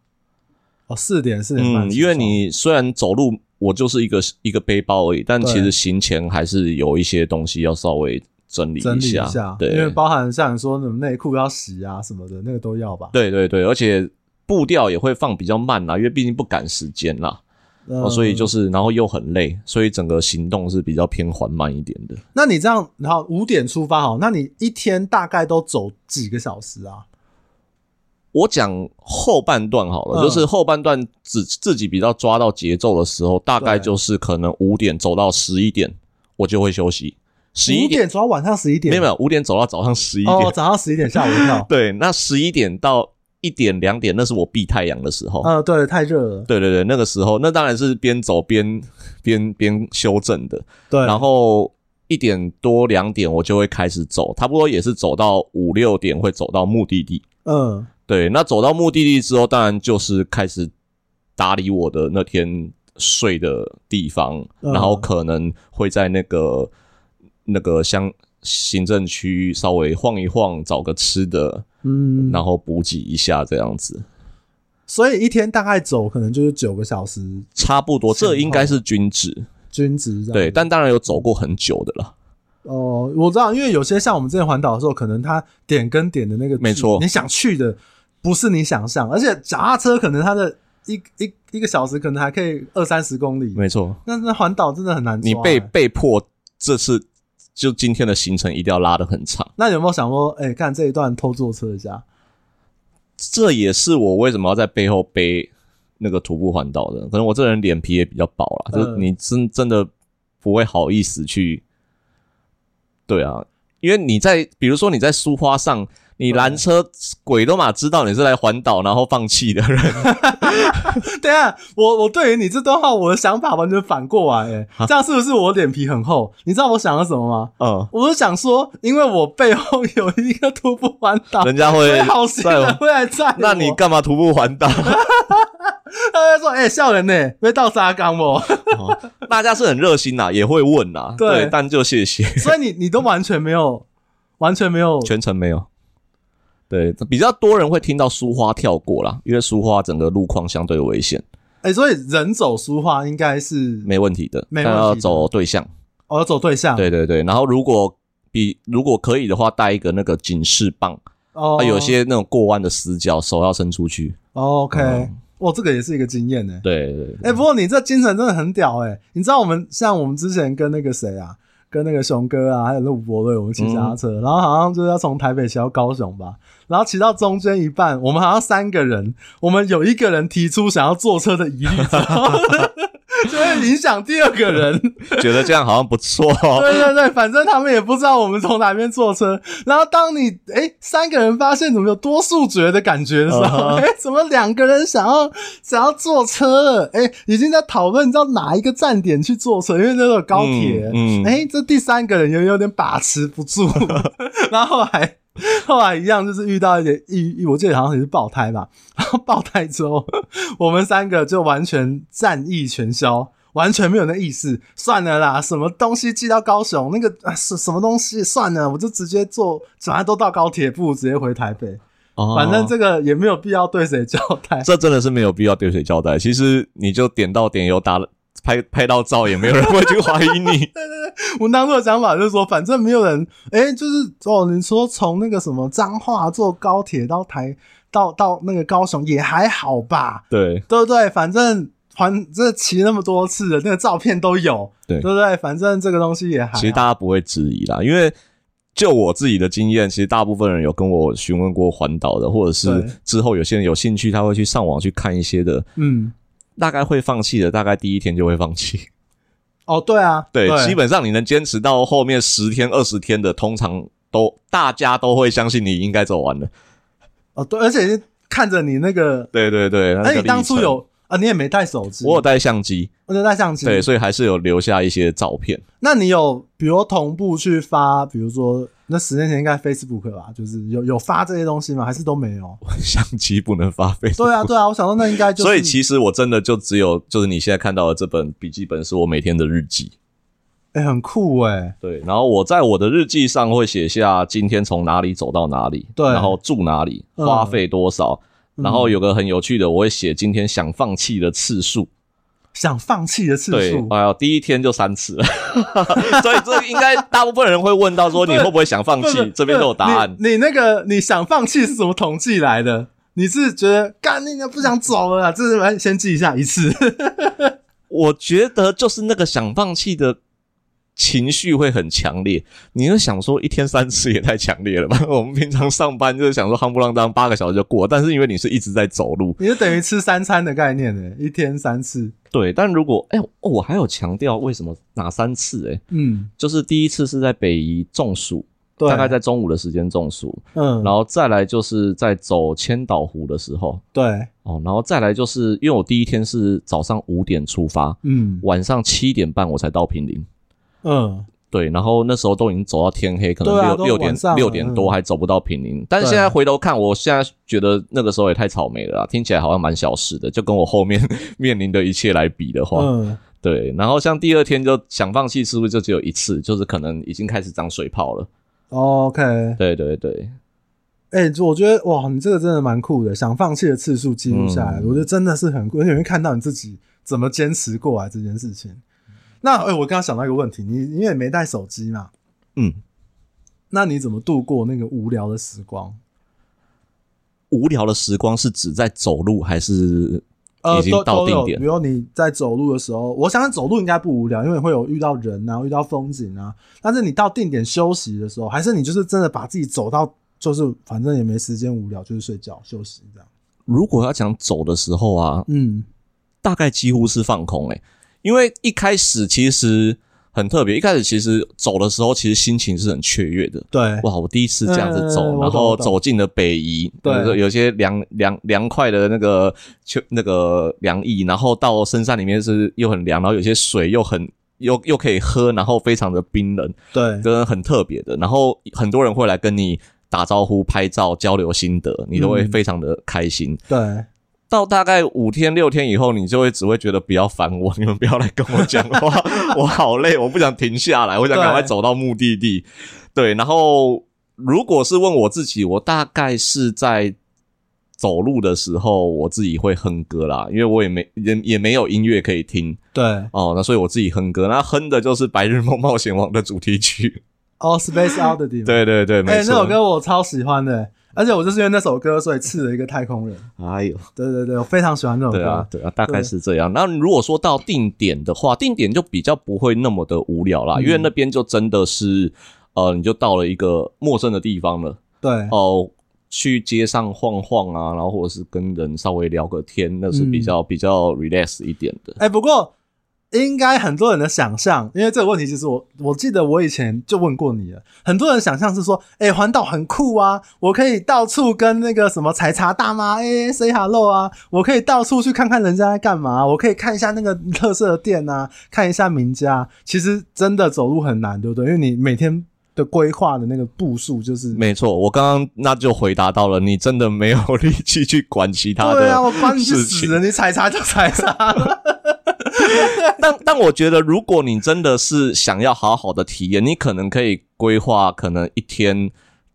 [SPEAKER 1] 哦，四点四点半
[SPEAKER 2] 嗯，
[SPEAKER 1] 起床、
[SPEAKER 2] 因为你虽然走路，我就是一个一个背包而已，但
[SPEAKER 1] 对
[SPEAKER 2] 其实行前还是有一些东西要稍微整理
[SPEAKER 1] 整
[SPEAKER 2] 一
[SPEAKER 1] 理
[SPEAKER 2] 下。
[SPEAKER 1] 一下，
[SPEAKER 2] 对，
[SPEAKER 1] 因为包含像你说什么内裤要洗啊什么的，那个都要吧。
[SPEAKER 2] 对对对，而且步调也会放比较慢啦，因为毕竟不赶时间啦、
[SPEAKER 1] 嗯
[SPEAKER 2] 哦，所以就是然后又很累，所以整个行动是比较偏缓慢一点的。
[SPEAKER 1] 那你这样，然后五点出发好，那你一天大概都走几个小时啊？
[SPEAKER 2] 我讲后半段好
[SPEAKER 1] 嗯
[SPEAKER 2] 了，就是后半段自自己比较抓到节奏的时候，大概
[SPEAKER 1] 对
[SPEAKER 2] 就是可能五点走到十一点，我就会休息。十一
[SPEAKER 1] 五点走到晚上十一点，
[SPEAKER 2] 没有没有，五点走到早上十一点，。
[SPEAKER 1] 哦，早上十一点，下午一跳
[SPEAKER 2] 对，那十一点到一点两点，那是我避太阳的时候。
[SPEAKER 1] 呃，对，太热了。
[SPEAKER 2] 对对对，那个时候，那当然是边走边边边修正的。
[SPEAKER 1] 对，
[SPEAKER 2] 然后一点多两点，我就会开始走，差不多也是走到五六点会走到目的地。
[SPEAKER 1] 嗯，
[SPEAKER 2] 对，那走到目的地之后，当然就是开始打理我的那天睡的地方，
[SPEAKER 1] 嗯
[SPEAKER 2] 然后可能会在那个那个乡行政区稍微晃一晃，找个吃的，
[SPEAKER 1] 嗯，
[SPEAKER 2] 然后补给一下这样子，
[SPEAKER 1] 所以一天大概走可能就是九个小时
[SPEAKER 2] 差不多，
[SPEAKER 1] 前后
[SPEAKER 2] 这应该是均值，
[SPEAKER 1] 均值这样。
[SPEAKER 2] 对，但当然有走过很久的啦，
[SPEAKER 1] 哦，我知道，因为有些像我们之前环岛的时候，可能它点跟点的那个距，
[SPEAKER 2] 没错
[SPEAKER 1] 你想去的不是你想象，而且脚踏车可能它的一一一个小时可能还可以二三十公里，
[SPEAKER 2] 没错，啊
[SPEAKER 1] 那那环岛真的很难抓、
[SPEAKER 2] 你被
[SPEAKER 1] 欸
[SPEAKER 2] 被迫这次就今天的行程一定要拉得很长，
[SPEAKER 1] 那有没有想过，哎、看这一段偷坐车一下？ (laughs)
[SPEAKER 2] 这也是我为什么要在背后背那个徒步环岛的，可能我这人脸皮也比较薄啦，
[SPEAKER 1] 嗯
[SPEAKER 2] 就是你真真的不会好意思去，对啊，因为你在比如说你在苏花上。你拦车，鬼都嘛知道你是来环岛，然后放弃的人，
[SPEAKER 1] 等一下，我我对于你这段话，我的想法完全反过来、欸，哎，这样是不是我脸皮很厚？你知道我想了什么吗？
[SPEAKER 2] 嗯，
[SPEAKER 1] 我就想说，因为我背后有一个徒步环岛，
[SPEAKER 2] (laughs) 人家会
[SPEAKER 1] 所以好心人会来 (laughs) 载我。
[SPEAKER 2] 那你干嘛徒步环岛？
[SPEAKER 1] 他就说：“哎、笑人呢，被倒沙缸哦。
[SPEAKER 2] 哦大家是很热心啊啦，也会问啦，
[SPEAKER 1] 对
[SPEAKER 2] 对，但就谢谢，”
[SPEAKER 1] (laughs) 所以你你都完全没有，完全没有，
[SPEAKER 2] 全程没有。对，比较多人会听到苏花跳过啦，因为苏花整个路况相对危险，
[SPEAKER 1] 哎、所以人走书画应该是
[SPEAKER 2] 没问题的，
[SPEAKER 1] 没
[SPEAKER 2] 但
[SPEAKER 1] 问题的
[SPEAKER 2] 要走对象。
[SPEAKER 1] 哦要走对象，
[SPEAKER 2] 对对对，然后如果比如果可以的话，带一个那个警示棒，
[SPEAKER 1] 哦
[SPEAKER 2] 啊，，有些那种过弯的死角，手要伸出去。
[SPEAKER 1] 哦 OK，
[SPEAKER 2] 嗯
[SPEAKER 1] 哇，这个也是一个经验呢、
[SPEAKER 2] 对对对，
[SPEAKER 1] 哎、不过你这精神真的很屌哎、你知道我们像我们之前跟那个谁啊，跟那个熊哥啊，还有陆博瑞，我们骑脚踏
[SPEAKER 2] 嗯
[SPEAKER 1] 车，然后好像就是要从台北骑到高雄吧，然后骑到中间一半，我们好像三个人，我们有一个人提出想要坐车的疑虑之后， (laughs) 就会影响第二个人。
[SPEAKER 2] 觉得这样好像不错。
[SPEAKER 1] 对对对，反正他们也不知道我们从哪边坐车。然后当你哎、诶三个人发现怎么有多数决的感觉的时候，
[SPEAKER 2] 嗯哼
[SPEAKER 1] 哎、怎么两个人想要想要坐车了？哎、已经在讨论你知道哪一个站点去坐车，因为那时候有高铁。
[SPEAKER 2] 嗯嗯
[SPEAKER 1] 哎、这第三个人有有点把持不住，
[SPEAKER 2] (laughs)
[SPEAKER 1] 然后后来后来一样就是遇到一点意，我记得好像也是爆胎吧，然后爆胎之后，我们三个就完全战意全消。完全没有那意识，算了啦，什么东西寄到高雄，那个啊什什么东西，算了，我就直接坐，反正都到高铁，不如直接回台北，
[SPEAKER 2] 哦
[SPEAKER 1] (laughs) 反正这个也没有必要对谁交代。
[SPEAKER 2] (laughs) 这真的是没有必要对谁交代。其实你就点到点油打了拍拍到照，也没有人会去怀
[SPEAKER 1] (laughs)
[SPEAKER 2] 疑你。
[SPEAKER 1] 我当初的想法就是说，反正没有人，哎、就是哦，你说从那个什么彰化坐高铁到台到到那个高雄也还好吧，
[SPEAKER 2] 对，
[SPEAKER 1] 对不对？反正还这骑那么多次的那个照片都有，
[SPEAKER 2] 对
[SPEAKER 1] 对不对？反正这个东西也还好
[SPEAKER 2] 其实大家不会质疑啦，因为就我自己的经验，其实大部分人有跟我询问过环岛的，或者是
[SPEAKER 1] 对
[SPEAKER 2] 之后有些人有兴趣，他会去上网去看一些的，
[SPEAKER 1] 嗯，
[SPEAKER 2] 大概会放弃的，大概第一天就会放弃。 (laughs)
[SPEAKER 1] 哦，对啊，
[SPEAKER 2] 对，
[SPEAKER 1] 对
[SPEAKER 2] 基本上你能坚持到后面十天、二十天的，通常都大家都会相信你应该走完了。
[SPEAKER 1] 哦，对，而且是看着你那个，
[SPEAKER 2] 对对对，那
[SPEAKER 1] 而且
[SPEAKER 2] 个
[SPEAKER 1] 你当初
[SPEAKER 2] 历程
[SPEAKER 1] 有啊，你也没带手机，
[SPEAKER 2] 我有带相机，
[SPEAKER 1] 我就带相机。
[SPEAKER 2] 对，所以还是有留下一些照片。
[SPEAKER 1] 那你有比如同步去发，比如说那十年前应该 Facebook 吧，就是有有发这些东西吗？还是都没有？
[SPEAKER 2] 相机不能发飞。
[SPEAKER 1] (laughs) 对啊，对啊，我想说那应该就是，
[SPEAKER 2] 所以其实我真的就只有就是你现在看到的这本笔记本是我每天的日记。
[SPEAKER 1] 哎、很酷哎、
[SPEAKER 2] 对，然后我在我的日记上会写下今天从哪里走到哪里，
[SPEAKER 1] 对
[SPEAKER 2] 然后住哪里，
[SPEAKER 1] 嗯
[SPEAKER 2] 花费多少，
[SPEAKER 1] 嗯
[SPEAKER 2] 然后有个很有趣的，我会写今天想放弃的次数。
[SPEAKER 1] 想放弃的次
[SPEAKER 2] 对
[SPEAKER 1] 数，，
[SPEAKER 2] 哎呦，第一天就三次了， (laughs) 所以这应该大部分人会问到说你
[SPEAKER 1] 对
[SPEAKER 2] 会不会想放
[SPEAKER 1] 不
[SPEAKER 2] 弃
[SPEAKER 1] 是，
[SPEAKER 2] 这边都有答案。
[SPEAKER 1] 你你那个你想放弃是怎么统计来的？你是觉得干那个不想走了啦，啊这是来先记一下一次。 (laughs)
[SPEAKER 2] 我觉得就是那个想放弃的情绪会很强烈。你就想说一天三次也太强烈了吧？ (laughs) 我们平常上班就是想说夯不啷当八个小时就过，但是因为你是一直在走路，
[SPEAKER 1] 你就等于吃三餐的概念呢、一天三次。
[SPEAKER 2] 对。但如果哎、哦我还有强调为什么哪三次、哎，
[SPEAKER 1] 嗯，
[SPEAKER 2] 就是第一次是在北宜中暑，
[SPEAKER 1] 对，
[SPEAKER 2] 大概在中午的时间中暑，
[SPEAKER 1] 嗯，
[SPEAKER 2] 然后再来就是在走千岛湖的时候。
[SPEAKER 1] 对，
[SPEAKER 2] 哦，然后再来就是因为我第一天是早上五点出发，
[SPEAKER 1] 嗯
[SPEAKER 2] 晚上七点半我才到平林。
[SPEAKER 1] 嗯，
[SPEAKER 2] 对，然后那时候都已经走到天黑，可能
[SPEAKER 1] 对啊
[SPEAKER 2] 六
[SPEAKER 1] 都
[SPEAKER 2] 六、
[SPEAKER 1] 晚上了
[SPEAKER 2] 点六点多还走不到平林。但是
[SPEAKER 1] 对
[SPEAKER 2] 现在回头看，我现在觉得那个时候也太草莓了啦，听起来好像蛮小事的，就跟我后面 (laughs) 面临的一切来比的话，
[SPEAKER 1] 嗯，
[SPEAKER 2] 对。然后像第二天就想放弃，是不是就只有一次？就是可能已经开始长水泡了。
[SPEAKER 1] OK，
[SPEAKER 2] 对对对，
[SPEAKER 1] 哎、就我觉得哇，你这个真的蛮酷的，想放弃的次数记录下来，
[SPEAKER 2] 嗯
[SPEAKER 1] 我觉得真的是很酷，而且会看到你自己怎么坚持过来这件事情。那哎、我刚刚想到一个问题，你因为没带手机嘛，
[SPEAKER 2] 嗯，
[SPEAKER 1] 那你怎么度过那个无聊的时光？
[SPEAKER 2] 无聊的时光是指在走路还是
[SPEAKER 1] 呃，
[SPEAKER 2] 已经
[SPEAKER 1] 都
[SPEAKER 2] 到
[SPEAKER 1] 都有
[SPEAKER 2] 定点
[SPEAKER 1] 比如你在走路的时候，我相信走路应该不无聊，因为会有遇到人啊，遇到风景啊。但是你到定点休息的时候，还是你就是真的把自己走到，就是反正也没时间无聊，就是睡觉休息这样。
[SPEAKER 2] 如果要讲走的时候啊，
[SPEAKER 1] 嗯，
[SPEAKER 2] 大概几乎是放空诶、欸因为一开始其实很特别，一开始其实走的时候，其实心情是很雀跃的。
[SPEAKER 1] 对，
[SPEAKER 2] 哇，我第一次这样子走，
[SPEAKER 1] 嗯我懂
[SPEAKER 2] 然
[SPEAKER 1] 我
[SPEAKER 2] 后
[SPEAKER 1] 懂
[SPEAKER 2] 走进了北宜，
[SPEAKER 1] 对
[SPEAKER 2] 有有些凉凉凉快的那个秋那个凉意，然后到深山里面是又很凉，然后有些水又很又又可以喝，然后非常的冰冷，
[SPEAKER 1] 对，
[SPEAKER 2] 跟很特别的，然后很多人会来跟你打招呼、拍照、交流心得，你都会
[SPEAKER 1] 嗯
[SPEAKER 2] 非常的开心。
[SPEAKER 1] 对，
[SPEAKER 2] 到大概五天六天以后，你就会只会觉得不要烦我，你们不要来跟我讲 (laughs) 话，我好累，我不想停下来，我想赶快
[SPEAKER 1] 对
[SPEAKER 2] 走到目的地。对，然后如果是问我自己，我大概是在走路的时候，我自己会哼歌啦，因为我也没也也没有音乐可以听
[SPEAKER 1] 对。
[SPEAKER 2] 哦，那所以我自己哼歌，那哼的就是《白日梦冒险王》的主题曲。
[SPEAKER 1] 哦，Space Oddity 嘛。
[SPEAKER 2] (laughs) 对对对，
[SPEAKER 1] 哎、
[SPEAKER 2] 没
[SPEAKER 1] 那首
[SPEAKER 2] 错。
[SPEAKER 1] 歌我超喜欢的、而且我就是因为那首歌，所以刺了一个太空人。
[SPEAKER 2] 哎呦，
[SPEAKER 1] 对对对，我非常喜欢这首歌。
[SPEAKER 2] 对啊，对啊，大概是这样。那如果说到定点的话，定点就比较不会那么的无聊
[SPEAKER 1] 嗯
[SPEAKER 2] 啦，因为那边就真的是，呃，你就到了一个陌生的地方了，
[SPEAKER 1] 对
[SPEAKER 2] 哦、去街上晃晃啊，然后或者是跟人稍微聊个天，那是
[SPEAKER 1] 嗯
[SPEAKER 2] 比较、比较 relax 一点的。
[SPEAKER 1] 哎、不过应该很多人的想象，因为这个问题其实我我记得我以前就问过你了。很多人想象是说，哎、环岛很酷啊，我可以到处跟那个什么采茶大妈哎、say hello 啊，我可以到处去看看人家在干嘛，我可以看一下那个特色的店啊，看一下名家啊。其实真的走路很难，对不对？因为你每天的规划的那个步数就是。
[SPEAKER 2] 没错，我刚刚那就回答到了，你真的没有力气去管其他的
[SPEAKER 1] 对啊，我管你去
[SPEAKER 2] 事情
[SPEAKER 1] 死了！你采茶就采茶了，
[SPEAKER 2] 但但我觉得，如果你真的是想要好好的体验，你可能可以规划，可能一天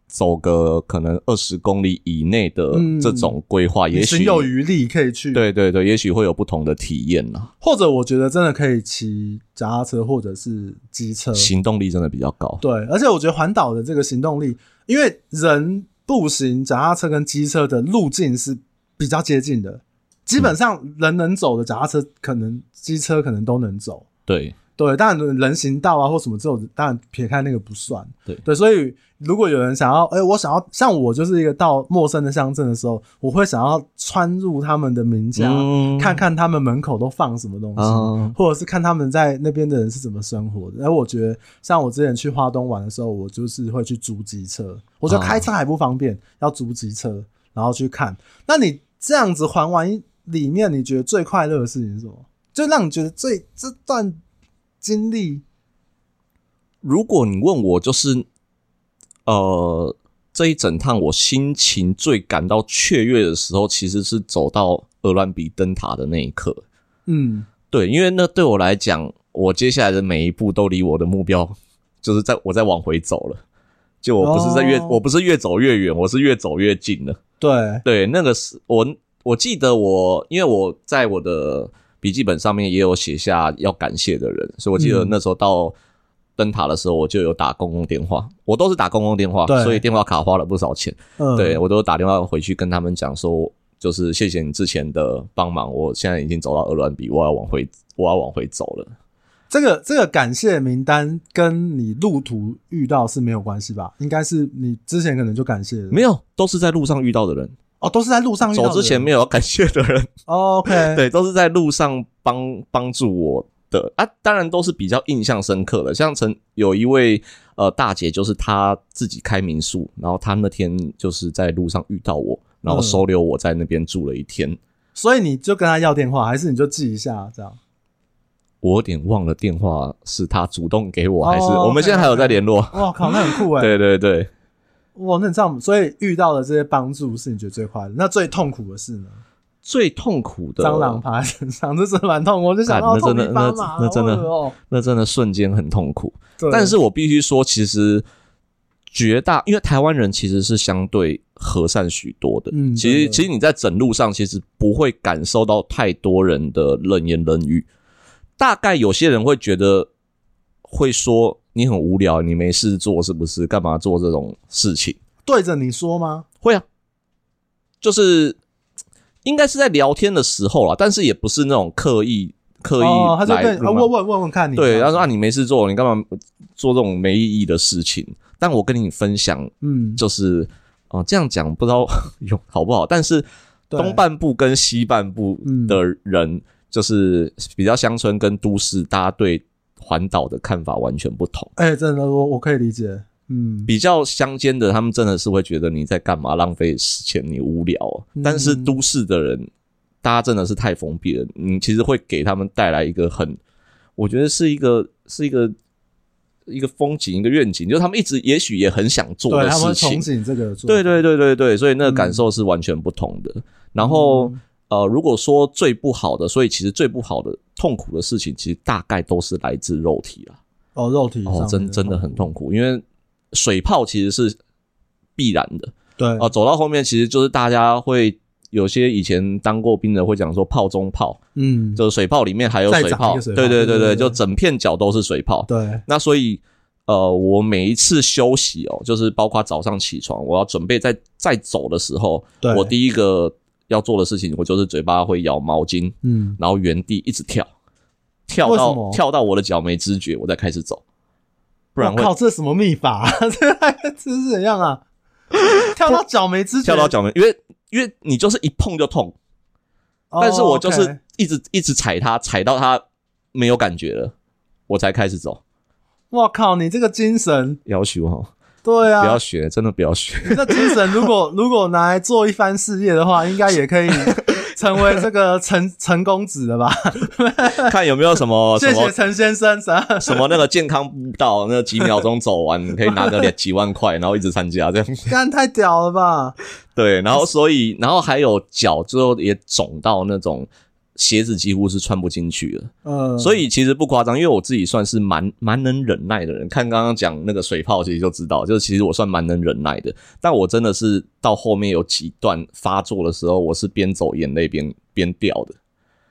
[SPEAKER 2] 走个可能二十公里以内的
[SPEAKER 1] 嗯
[SPEAKER 2] 这种规划，
[SPEAKER 1] 你
[SPEAKER 2] 也
[SPEAKER 1] 心
[SPEAKER 2] 许
[SPEAKER 1] 有余力可以去。
[SPEAKER 2] 对对对，也许会有不同的体验啊呐、
[SPEAKER 1] 或者我觉得真的可以骑脚踏车或者是机车。
[SPEAKER 2] 行动力真的比较高。
[SPEAKER 1] 对，而且我觉得环岛的这个行动力，因为人步行、脚踏车跟机车的路径是比较接近的，基本上人能走的脚踏车，可能机车可能都能走。
[SPEAKER 2] 对，
[SPEAKER 1] 对，当然人行道啊或什么这种，当然撇开那个不算。
[SPEAKER 2] 对
[SPEAKER 1] 对，所以如果有人想要，哎、我想要像我就是一个到陌生的乡镇的时候，我会想要穿入他们的名家，
[SPEAKER 2] 嗯
[SPEAKER 1] 啊看看他们门口都放什么东西，
[SPEAKER 2] 啊
[SPEAKER 1] 或者是看他们在那边的人是怎么生活的。而我觉得，像我之前去花东玩的时候，我就是会去租机车，我觉得
[SPEAKER 2] 啊
[SPEAKER 1] 开车还不方便，要租机车，然后去看。那你这样子环完一里面，你觉得最快乐的事情是什么？就让你觉得最这段经历，
[SPEAKER 2] 如果你问我，就是呃，这一整趟我心情最感到雀跃的时候，其实是走到鹅銮比灯塔的那一刻。
[SPEAKER 1] 嗯，
[SPEAKER 2] 对，因为那对我来讲，我接下来的每一步都离我的目标，就是在我在往回走了。就我不是在越，
[SPEAKER 1] 哦
[SPEAKER 2] 我不是越走越远，我是越走越近了。
[SPEAKER 1] 对，
[SPEAKER 2] 对，那个是我我记得我，因为我在我的笔记本上面也有写下要感谢的人，所以我记得
[SPEAKER 1] 嗯
[SPEAKER 2] 那时候到灯塔的时候，我就有打公共电话，我都是打公共电话
[SPEAKER 1] 对，
[SPEAKER 2] 所以电话卡花了不少钱。
[SPEAKER 1] 嗯，
[SPEAKER 2] 对我都打电话回去跟他们讲说，就是谢谢你之前的帮忙，我现在已经走到鹅銮比，我要往回，我要往回走了。
[SPEAKER 1] 这个这个感谢名单跟你路途遇到是没有关系吧？应该是你之前可能就感谢了，
[SPEAKER 2] 没有，都是在路上遇到的人，
[SPEAKER 1] 哦，都是在路上遇到的
[SPEAKER 2] 走
[SPEAKER 1] 人。
[SPEAKER 2] 之前没有要感谢的
[SPEAKER 1] (laughs)
[SPEAKER 2] 人，
[SPEAKER 1] 哦，OK，
[SPEAKER 2] 对，都是在路上帮帮助我的啊，当然都是比较印象深刻的。像曾有一位呃大姐，就是她自己开民宿，然后她那天就是在路上遇到我，然后
[SPEAKER 1] 嗯
[SPEAKER 2] 收留我在那边住了一天。
[SPEAKER 1] 所以你就跟他要电话，还是你就记一下这样？
[SPEAKER 2] 我有点忘了电话是她主动给我，还是、
[SPEAKER 1] 哦
[SPEAKER 2] 我们现在还有在联络？
[SPEAKER 1] 哇
[SPEAKER 2] (laughs)
[SPEAKER 1] 靠，那很酷哎、
[SPEAKER 2] 对对对，
[SPEAKER 1] 哇，那你这样，所以遇到的这些帮助是你觉得最快乐，那最痛苦的事呢？
[SPEAKER 2] 最痛苦的
[SPEAKER 1] 蟑螂爬在身上，这真的蛮痛，我就想到
[SPEAKER 2] 干那
[SPEAKER 1] 痛
[SPEAKER 2] 真的
[SPEAKER 1] 你妈妈，
[SPEAKER 2] 那那真的
[SPEAKER 1] 好恶哦、
[SPEAKER 2] 那真的瞬间很痛苦。
[SPEAKER 1] 对
[SPEAKER 2] 但是我必须说，其实绝大因为台湾人其实是相对和善许多的。
[SPEAKER 1] 嗯
[SPEAKER 2] 其
[SPEAKER 1] 真
[SPEAKER 2] 实
[SPEAKER 1] 的
[SPEAKER 2] 其实你在整路上其实不会感受到太多人的冷言冷语。大概有些人会觉得会说你很无聊，你没事做是不是？干嘛做这种事情？
[SPEAKER 1] 对着你说吗？
[SPEAKER 2] 会啊，就是应该是在聊天的时候啦，但是也不是那种刻意刻意
[SPEAKER 1] 哦，他就
[SPEAKER 2] 来
[SPEAKER 1] 跟你、
[SPEAKER 2] 辱骂
[SPEAKER 1] 哦问问问问看你，
[SPEAKER 2] 对，他
[SPEAKER 1] 他
[SPEAKER 2] 说啊，你没事做，你干嘛做这种没意义的事情？但我跟你分享，
[SPEAKER 1] 嗯，
[SPEAKER 2] 就是哦、呃这样讲不知道 (laughs) 有好不好，但是
[SPEAKER 1] 对嗯
[SPEAKER 2] 东半部跟西半部的人，就是比较乡村跟都市，大家对环岛的看法完全不同。
[SPEAKER 1] 哎、真的，我我可以理解，嗯，
[SPEAKER 2] 比较乡间的，他们真的是会觉得你在干嘛，浪费时间，你无聊哦、
[SPEAKER 1] 嗯
[SPEAKER 2] 但是都市的人，大家真的是太封闭了，你其实会给他们带来一个很，我觉得是一个是一个一个风景，一个愿景，就是他们一直也许也很想做
[SPEAKER 1] 对
[SPEAKER 2] 的
[SPEAKER 1] 他们会
[SPEAKER 2] 事
[SPEAKER 1] 憧
[SPEAKER 2] 情。
[SPEAKER 1] 憬这个做，
[SPEAKER 2] 对对对对对，所以那个感受是完全不同
[SPEAKER 1] 嗯
[SPEAKER 2] 的。然后、呃，如果说最不好的，所以其实最不好的痛苦的事情，其实大概都是来自肉体啦。
[SPEAKER 1] 哦，肉体上
[SPEAKER 2] 哦，真真的很痛苦，因为水泡其实是必然的
[SPEAKER 1] 对
[SPEAKER 2] 哦、走到后面，其实就是大家会有些以前当过兵的会讲说泡中泡，
[SPEAKER 1] 嗯，
[SPEAKER 2] 就是水泡里面还有
[SPEAKER 1] 再
[SPEAKER 2] 水
[SPEAKER 1] 长一
[SPEAKER 2] 泡，
[SPEAKER 1] 个水泡
[SPEAKER 2] 对
[SPEAKER 1] 对
[SPEAKER 2] 对
[SPEAKER 1] 对对
[SPEAKER 2] 就整片脚都是水泡。
[SPEAKER 1] 对，
[SPEAKER 2] 那所以呃，我每一次休息哦，就是包括早上起床，我要准备再再走的时候
[SPEAKER 1] 对，
[SPEAKER 2] 我第一个要做的事情，我就是嘴巴会咬毛巾，
[SPEAKER 1] 嗯，
[SPEAKER 2] 然后原地一直跳，跳
[SPEAKER 1] 为什
[SPEAKER 2] 到
[SPEAKER 1] 么
[SPEAKER 2] 跳到我的脚没知觉，我再开始走，不然
[SPEAKER 1] 我
[SPEAKER 2] 会
[SPEAKER 1] 靠，这是什么秘法、 (laughs) 啊？这这是怎样啊？跳到脚没知觉，
[SPEAKER 2] 跳到，脚没，因为因为你就是一碰就痛，
[SPEAKER 1] 哦
[SPEAKER 2] 但是我就
[SPEAKER 1] OK
[SPEAKER 2] 是一直一直踩它，踩到它没有感觉了，我才开始走。
[SPEAKER 1] 我靠，你这个精神，
[SPEAKER 2] 要学哦，
[SPEAKER 1] 对
[SPEAKER 2] 不要
[SPEAKER 1] 啊，
[SPEAKER 2] 学，真的不要学。
[SPEAKER 1] (laughs) 你这精神如
[SPEAKER 2] (laughs)
[SPEAKER 1] 果如果拿来做一番事业的话，应该也可以成为这个陈陈公子的吧？
[SPEAKER 2] 看有没有什么啊什
[SPEAKER 1] 谢谢
[SPEAKER 2] 么
[SPEAKER 1] 陈先生，
[SPEAKER 2] (laughs)
[SPEAKER 1] 啥？
[SPEAKER 2] 什么那个健康步道，那几秒钟走完，
[SPEAKER 1] (laughs)
[SPEAKER 2] 你可以拿个两几万块，然后一直参加这样。
[SPEAKER 1] 干太屌了吧？
[SPEAKER 2] 对，然后所以然后还有脚最后也肿到那种鞋子几乎是穿不进去的。
[SPEAKER 1] 呃，
[SPEAKER 2] 所
[SPEAKER 1] 以
[SPEAKER 2] 以其实不夸张，因为我自己算是蛮蛮能忍耐的人。看刚刚讲那个水泡，其实就知道，就是其实我算蛮能忍耐的。但我真的是到后面有几段发作的时候，我是边走眼泪边边掉的。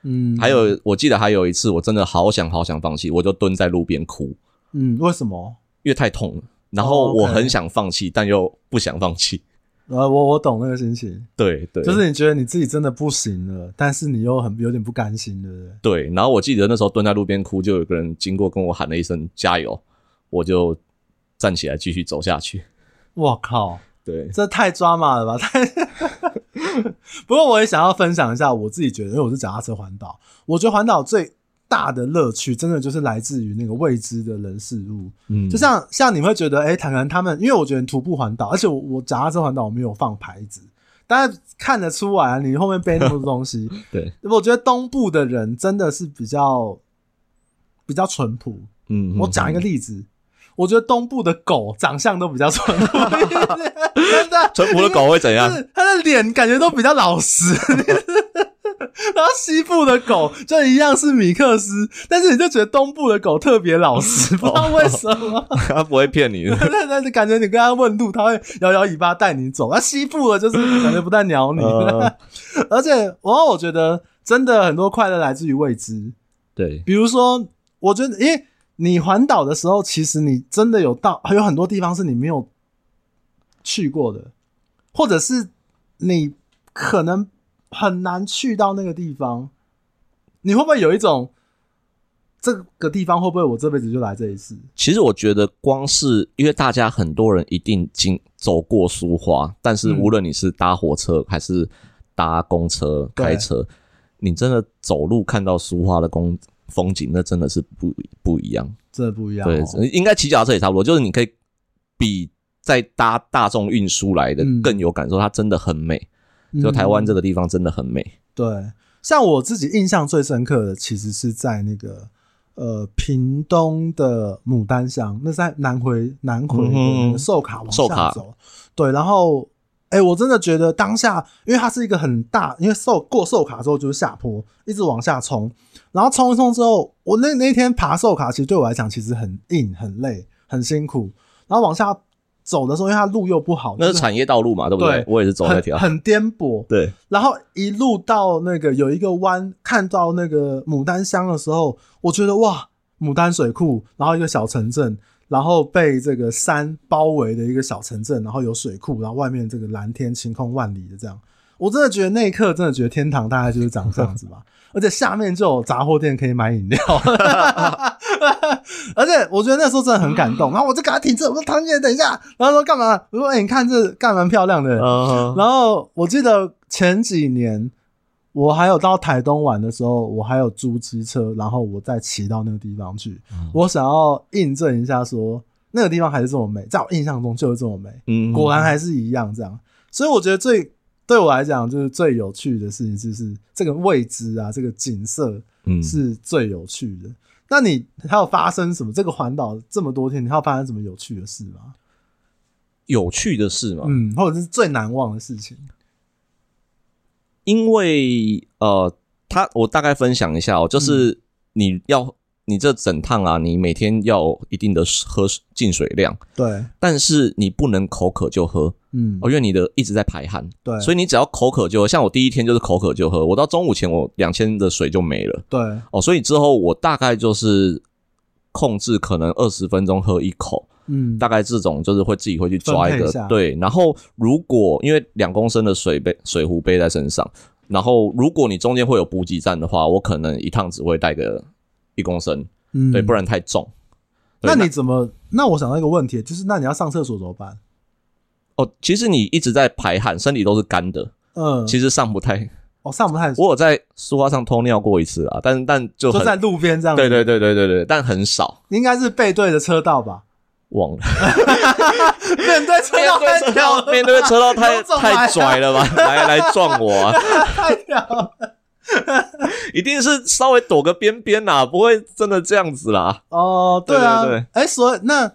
[SPEAKER 1] 嗯，
[SPEAKER 2] 还有，我记得还有一次，我真的好想好想放弃，我就蹲在路边哭，
[SPEAKER 1] 嗯，为什么？
[SPEAKER 2] 因为太痛了。然
[SPEAKER 1] 哦
[SPEAKER 2] 后
[SPEAKER 1] ，OK
[SPEAKER 2] 我很想放弃，但又不想放弃。 (laughs)
[SPEAKER 1] 呃，我我懂那个心情，
[SPEAKER 2] 对对，
[SPEAKER 1] 就是你觉得你自己真的不行了，但是你又很有点不甘心，对不对？
[SPEAKER 2] 对。然后我记得那时候蹲在路边哭，就有个人经过跟我喊了一声“加油”，我就站起来继续走下去。
[SPEAKER 1] 我靠，
[SPEAKER 2] 对，
[SPEAKER 1] 这太抓马了吧！ (laughs) 太不过我也想要分享一下我自己觉得，因为我是脚踏车环岛，我觉得环岛最大的乐趣，真的就是来自于那个未知的人事物。
[SPEAKER 2] 嗯
[SPEAKER 1] 就像像你会觉得，哎、坦然他们，因为我觉得徒步环岛，而且我我脚踏车环岛我没有放牌子，大家看得出来、啊，你后面背那么多东
[SPEAKER 2] (laughs)
[SPEAKER 1] 西。
[SPEAKER 2] 对，
[SPEAKER 1] 我觉得东部的人真的是比较比较淳朴，
[SPEAKER 2] 嗯，
[SPEAKER 1] 我讲一个
[SPEAKER 2] 嗯
[SPEAKER 1] 例子，我觉得东部的狗长相都比较淳朴一点，真的。
[SPEAKER 2] 淳朴的狗会
[SPEAKER 1] (laughs)
[SPEAKER 2] 怎样
[SPEAKER 1] 就？是它的脸感觉都比较老实， (laughs) 然后西部的狗就一样是米克斯，但是你就觉得东部的狗特别老实，不知道为什么。
[SPEAKER 2] 它不会骗你的。
[SPEAKER 1] 但但是感觉你跟它问路，它会摇摇尾巴带你走。那西部的就是感觉不太鸟你，
[SPEAKER 2] 呃，
[SPEAKER 1] (laughs) 而且我我觉得真的很多快乐来自于未知。
[SPEAKER 2] 对，
[SPEAKER 1] 比如说，我觉得，因为你环岛的时候，其实你真的有到有很多地方是你没有去过的，或者是你可能很难去到那个地方。你会不会有一种这个地方会不会我这辈子就来这一次？
[SPEAKER 2] 其实我觉得光是因为大家很多人一定经走过苏花，但是
[SPEAKER 1] 嗯
[SPEAKER 2] 无论你是搭火车还是搭公车、
[SPEAKER 1] 对
[SPEAKER 2] 开车，你真的走路看到苏花的风风景，那真的是不不一样。
[SPEAKER 1] 真的不一样、
[SPEAKER 2] 对
[SPEAKER 1] 哦。，
[SPEAKER 2] 应该骑脚踏车也差不多，就是你可以比在搭大众运输来的
[SPEAKER 1] 嗯
[SPEAKER 2] 更有感受，它真的很美。就台湾这个地方真的很美。
[SPEAKER 1] 对，像我自己印象最深刻的，其实是在那个呃屏东的牡丹乡，那是在南回南回的那
[SPEAKER 2] 嗯
[SPEAKER 1] 个
[SPEAKER 2] 哼
[SPEAKER 1] 寿卡往
[SPEAKER 2] 寿
[SPEAKER 1] 下
[SPEAKER 2] 卡
[SPEAKER 1] 走。对，然后哎、我真的觉得当下，因为它是一个很大，因为寿过寿卡之后就是下坡，一直往下冲，然后冲一冲之后，我那那天爬寿卡，其实对我来讲其实很硬、很累、很辛苦，然后往下走的时候，因为它路又不好，
[SPEAKER 2] 那
[SPEAKER 1] 就是
[SPEAKER 2] 产业道路嘛，对不
[SPEAKER 1] 对
[SPEAKER 2] 我也是走那
[SPEAKER 1] 很
[SPEAKER 2] 条。
[SPEAKER 1] 很颠簸，
[SPEAKER 2] 对，
[SPEAKER 1] 然后一路到那个有一个湾，看到那个牡丹乡的时候，我觉得哇，牡丹水库，然后一个小城镇，然后被这个山包围的一个小城镇，然后有水库，然后外面这个蓝天晴空万里的这样，我真的觉得那一刻真的觉得天堂大概就是长这样子吧。而且下面就有杂货店可以买饮料，而且我觉得那时候真的很感动。然后我就给他停车，我说：“唐姐，等一下。”然后说：“干嘛？”我说：“哎、你看这干蛮漂亮的。”
[SPEAKER 2] 嗯，
[SPEAKER 1] 然后我记得前几年我还有到台东玩的时候，我还有租机车，然后我再骑到那个地方去。
[SPEAKER 2] 嗯
[SPEAKER 1] 我想要印证一下说，那个地方还是这么美，在我印象中就是这么美，
[SPEAKER 2] 嗯
[SPEAKER 1] 果然还是一样这样。所以我觉得最对我来讲，就是最有趣的事情，就是这个未知啊，这个景色
[SPEAKER 2] 嗯
[SPEAKER 1] 是最有趣的。那你还有发生什么？这个环岛这么多天，你还有发生什么有趣的事吗？
[SPEAKER 2] 有趣的事嘛，
[SPEAKER 1] 嗯，或者是最难忘的事情？
[SPEAKER 2] 因为呃，他我大概分享一下哦，就是你要你这整趟啊，你每天要有一定的喝进水量，
[SPEAKER 1] 对，
[SPEAKER 2] 但是你不能口渴就喝，
[SPEAKER 1] 嗯，
[SPEAKER 2] 哦，因为你的一直在排汗，
[SPEAKER 1] 对，
[SPEAKER 2] 所以你只要口渴就喝。像我第一天就是口渴就喝，我到中午前我两千的水就没了
[SPEAKER 1] 对，
[SPEAKER 2] 哦，所以之后我大概就是控制可能二十分钟喝一口，
[SPEAKER 1] 嗯，
[SPEAKER 2] 大概这种就是会自己会去抓一
[SPEAKER 1] 分配
[SPEAKER 2] 个
[SPEAKER 1] 一下
[SPEAKER 2] 对。然后如果因为两公升的水杯水壶背在身上，然后如果你中间会有补给站的话，我可能一趟只会带个一公升，
[SPEAKER 1] 嗯
[SPEAKER 2] 对，不然太重。对
[SPEAKER 1] 那你怎么？那我想到一个问题，就是那你要上厕所怎么办？
[SPEAKER 2] 哦，其实你一直在排汗，身体都是干的，
[SPEAKER 1] 嗯，
[SPEAKER 2] 其实上不太。
[SPEAKER 1] 我、哦、上不太，
[SPEAKER 2] 我有在书花上偷尿过一次啊，但但就
[SPEAKER 1] 就
[SPEAKER 2] 很
[SPEAKER 1] 在路边这样。
[SPEAKER 2] 对，对对对对对，但很少，
[SPEAKER 1] 应该是背对着车道吧？ (laughs)
[SPEAKER 2] 忘了。
[SPEAKER 1] 面对
[SPEAKER 2] (laughs)
[SPEAKER 1] 车道太屌了，
[SPEAKER 2] 面对车道
[SPEAKER 1] (laughs)
[SPEAKER 2] 太
[SPEAKER 1] 有种来啊
[SPEAKER 2] 太拽了吧？来来撞我啊！
[SPEAKER 1] (laughs) 太屌了。
[SPEAKER 2] 一定是稍微躲个边边啦，不会真的这样子啦。
[SPEAKER 1] 哦，对啊
[SPEAKER 2] 对对对，
[SPEAKER 1] 哎，所以那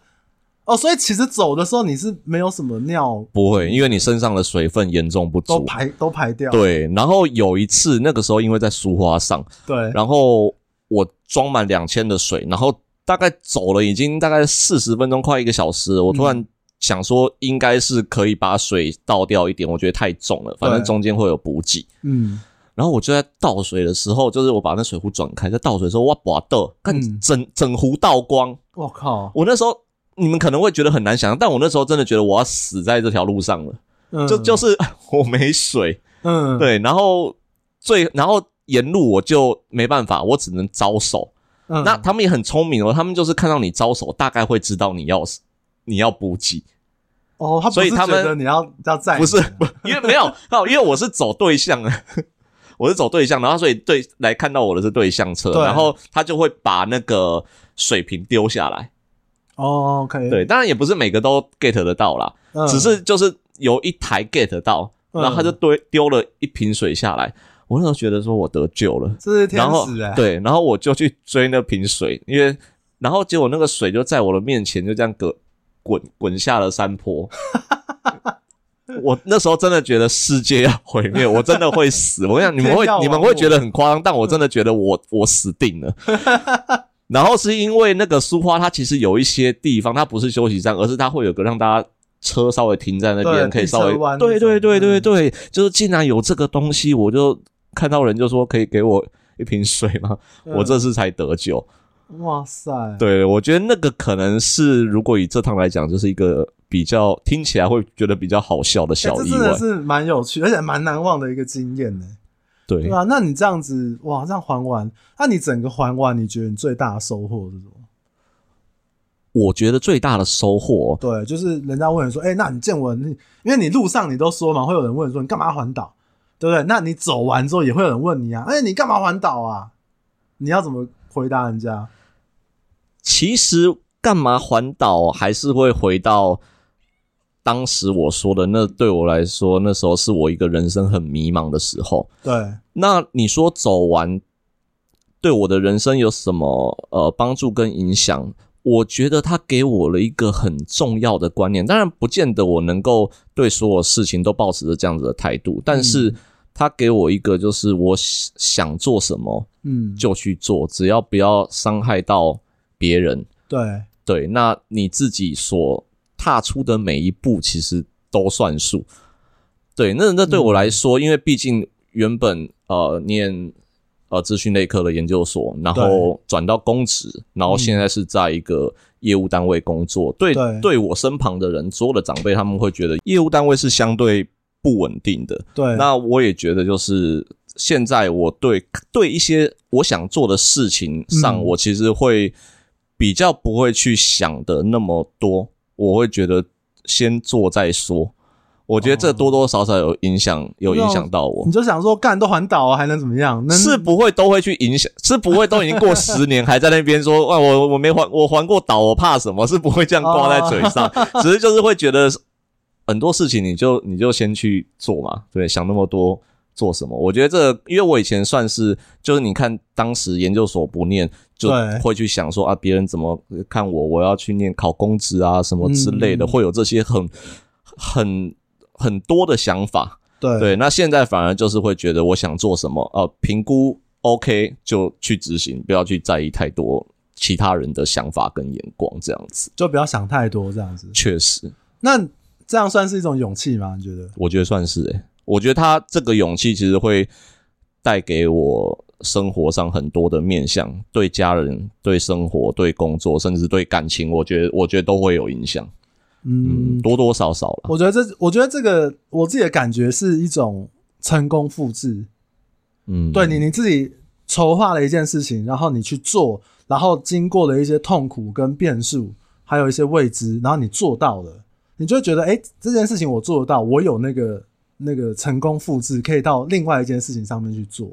[SPEAKER 1] 哦，所以其实走的时候你是没有什么尿
[SPEAKER 2] 不会，因为你身上的水分严重不
[SPEAKER 1] 都
[SPEAKER 2] 足。
[SPEAKER 1] 排都排掉，
[SPEAKER 2] 对，然后有一次那个时候因为在苏花上，
[SPEAKER 1] 对，
[SPEAKER 2] 然后我装满两千的水，然后大概走了已经大概四十分钟，快一个小时了，我突
[SPEAKER 1] 嗯
[SPEAKER 2] 然想说应该是可以把水倒掉一点，我觉得太重了，反正
[SPEAKER 1] 对
[SPEAKER 2] 中间会有补给。
[SPEAKER 1] 嗯，
[SPEAKER 2] 然后我就在倒水的时候，就是我把那水壶转开，在倒水的时候，哇，把倒，看
[SPEAKER 1] 嗯
[SPEAKER 2] 整整壶倒光。
[SPEAKER 1] 我靠，
[SPEAKER 2] 我那时候你们可能会觉得很难想象，但我那时候真的觉得我要死在这条路上了，
[SPEAKER 1] 嗯
[SPEAKER 2] 就就是 (laughs) 我没水，
[SPEAKER 1] 嗯，
[SPEAKER 2] 对，然后最然后沿路我就没办法，我只能招手。
[SPEAKER 1] 嗯，
[SPEAKER 2] 那他们也很聪明哦，他们就是看到你招手，大概会知道你要你要补给，
[SPEAKER 1] 哦，他不
[SPEAKER 2] 所以
[SPEAKER 1] 是
[SPEAKER 2] 他们
[SPEAKER 1] 觉得你要要在
[SPEAKER 2] 不是，不因为没有，哦因为我是走对象的，我是走对象，然后所以对来看到我的是对向车，
[SPEAKER 1] 对
[SPEAKER 2] 然后他就会把那个水瓶丢下来。
[SPEAKER 1] 哦，OK，，
[SPEAKER 2] 对，当然也不是每个都 get 得到啦，
[SPEAKER 1] 嗯
[SPEAKER 2] 只是就是有一台 get 到，
[SPEAKER 1] 嗯
[SPEAKER 2] 然后他就丢丢了一瓶水下来，我那时候觉得说我得救了，
[SPEAKER 1] 这是天
[SPEAKER 2] 然后
[SPEAKER 1] 使哎，
[SPEAKER 2] 对，然后我就去追那瓶水，因为然后结果那个水就在我的面前就这样滚滚滚下了山坡。我那时候真的觉得世界要毁灭，我真的会死。我想你们
[SPEAKER 1] 天
[SPEAKER 2] 会
[SPEAKER 1] 要亡
[SPEAKER 2] 你们会觉得很夸张，但我真的觉得我我死定了。然后是因为那个苏花，它其实有一些地方它不是休息站，而是它会有个让大家车稍微停在那边，
[SPEAKER 1] 对
[SPEAKER 2] 可以稍微
[SPEAKER 1] 停车弯那
[SPEAKER 2] 对
[SPEAKER 1] 种
[SPEAKER 2] 对对对
[SPEAKER 1] 嗯
[SPEAKER 2] 对，就是竟然有这个东西，我就看到人就说可以给我一瓶水吗？
[SPEAKER 1] (laughs) 嗯
[SPEAKER 2] 我这次才得救。
[SPEAKER 1] 哇塞，
[SPEAKER 2] 对，我觉得那个可能是如果以这趟来讲，就是一个比较听起来会觉得比较好笑的
[SPEAKER 1] 哎
[SPEAKER 2] 小
[SPEAKER 1] 这
[SPEAKER 2] 意
[SPEAKER 1] 真
[SPEAKER 2] 外
[SPEAKER 1] 的。是蛮有趣，而且蛮难忘的一个经验呢。
[SPEAKER 2] 对
[SPEAKER 1] 对，啊，那你这样子哇，这样还完，那你整个还完，你觉得你最大的收获是什么？
[SPEAKER 2] 我觉得最大的收获，
[SPEAKER 1] 对，就是人家问你说，哎、那你见闻，你因为你路上你都说嘛，会有人问你说你干嘛环岛，对不对？那你走完之后也会有人问你啊，哎、你干嘛环岛啊？你要怎么回答人家？
[SPEAKER 2] 其实干嘛环岛还是会回到当时我说的，那对我来说，那时候是我一个人生很迷茫的时候。
[SPEAKER 1] 对，
[SPEAKER 2] 那你说走完对我的人生有什么呃帮助跟影响？我觉得它给我了一个很重要的观念，当然不见得我能够对所有事情都保持着这样子的态度，但是它给我一个就是我想想做什么
[SPEAKER 1] 嗯，
[SPEAKER 2] 就去做，只要不要伤害到别人。
[SPEAKER 1] 对，
[SPEAKER 2] 对，那你自己所踏出的每一步，其实都算数。对，那那对我来说，因为毕竟原本呃念呃资讯类科的研究所，然后转到公职，然后现在是在一个业务单位工作。对，
[SPEAKER 1] 对
[SPEAKER 2] 对我身旁的人，所有的长辈，他们会觉得业务单位是相对不稳定的。
[SPEAKER 1] 对，
[SPEAKER 2] 那我也觉得，就是现在我对对一些我想做的事情上，
[SPEAKER 1] 嗯
[SPEAKER 2] 我其实会比较不会去想的那么多，我会觉得先做再说。我觉得这
[SPEAKER 1] 哦
[SPEAKER 2] 多多少少有影响，有影响到我
[SPEAKER 1] 你。就想说干都环岛、啊、还能怎么样？嗯能
[SPEAKER 2] 是不会都会去影响，是不会都已经过十年还在那边说，哇，我我没还，我还过岛，我怕什么？是不会这样挂在嘴上，
[SPEAKER 1] 哦
[SPEAKER 2] 只是就是会觉得很多事情你就你就先去做嘛，对，想那么多做什么？我觉得这个因为我以前算是就是你看当时研究所不念，就
[SPEAKER 1] 对
[SPEAKER 2] 会去想说啊，别人怎么看我，我要去念考公职啊什么之类的，
[SPEAKER 1] 嗯
[SPEAKER 2] 会有这些很很很多的想法。
[SPEAKER 1] 对
[SPEAKER 2] 对，那现在反而就是会觉得我想做什么，呃，评估 OK 就去执行，不要去在意太多其他人的想法跟眼光，这样子
[SPEAKER 1] 就不要想太多这样子。
[SPEAKER 2] 确实，
[SPEAKER 1] 那这样算是一种勇气吗？你觉得？
[SPEAKER 2] 欸我觉得算是诶、我觉得他这个勇气其实会带给我生活上很多的面向，对家人、对生活、对工作，甚至对感情，我觉得我觉得都会有影响，
[SPEAKER 1] 嗯，
[SPEAKER 2] 嗯，多多少少了。
[SPEAKER 1] 我觉得这，我觉得这个我自己的感觉是一种成功复制。
[SPEAKER 2] 嗯，
[SPEAKER 1] 对你，你自己筹划了一件事情，然后你去做，然后经过了一些痛苦跟变数，还有一些未知，然后你做到了，你就会觉得，哎、这件事情我做得到，我有那个那个成功复制，可以到另外一件事情上面去做。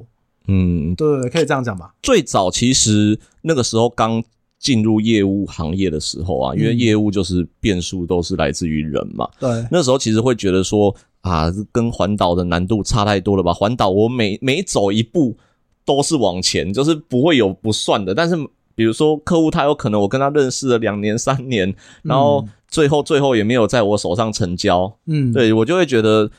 [SPEAKER 2] 嗯，
[SPEAKER 1] 对对对，可以这样讲吧？
[SPEAKER 2] 最早其实那个时候刚进入业务行业的时候啊，因为
[SPEAKER 1] 嗯
[SPEAKER 2] 业务就是变数都是来自于人嘛，
[SPEAKER 1] 对，
[SPEAKER 2] 那时候其实会觉得说啊，跟环岛的难度差太多了吧？环岛我每每走一步都是往前，就是不会有不算的。但是比如说客户他有可能我跟他认识了两年三年，然后最后最后也没有在我手上成交，
[SPEAKER 1] 嗯，，
[SPEAKER 2] 对我就会觉得。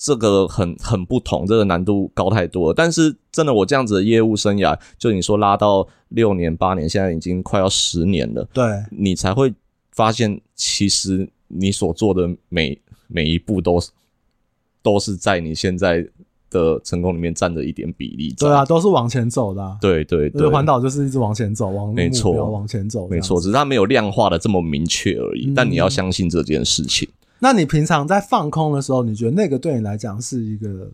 [SPEAKER 2] 这个很很不同，这个难度高太多了。但是真的，我这样子的业务生涯，就你说拉到六年八年，现在已经快要十年了。
[SPEAKER 1] 对，
[SPEAKER 2] 你才会发现，其实你所做的每每一步都是都是在你现在的成功里面占着一点比例。
[SPEAKER 1] 对啊，，都是往前走的、啊。
[SPEAKER 2] 对对
[SPEAKER 1] 就是
[SPEAKER 2] 对，
[SPEAKER 1] 环岛就是一直往前走，往目
[SPEAKER 2] 没错
[SPEAKER 1] 标往前走，
[SPEAKER 2] 没错，。只是它没有量化的这么明确而已。
[SPEAKER 1] 嗯
[SPEAKER 2] 但你要相信这件事情。
[SPEAKER 1] 那你平常在放空的时候，你觉得那个对你来讲是一个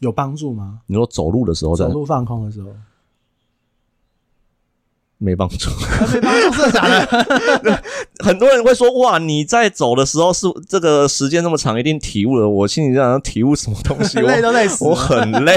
[SPEAKER 1] 有帮助吗？
[SPEAKER 2] 你说走路的时候在
[SPEAKER 1] 走路放空的时
[SPEAKER 2] (laughs)
[SPEAKER 1] 候，啊
[SPEAKER 2] 没帮助，
[SPEAKER 1] 没帮助是假的？
[SPEAKER 2] (laughs) 很多人会说哇，你在走的时候是这个时间那么长，一定体悟了。我心里在想，体悟什么东
[SPEAKER 1] (laughs)
[SPEAKER 2] 西？
[SPEAKER 1] 累
[SPEAKER 2] 我
[SPEAKER 1] 都累死
[SPEAKER 2] 啊 (laughs) 我
[SPEAKER 1] 了。
[SPEAKER 2] 很累。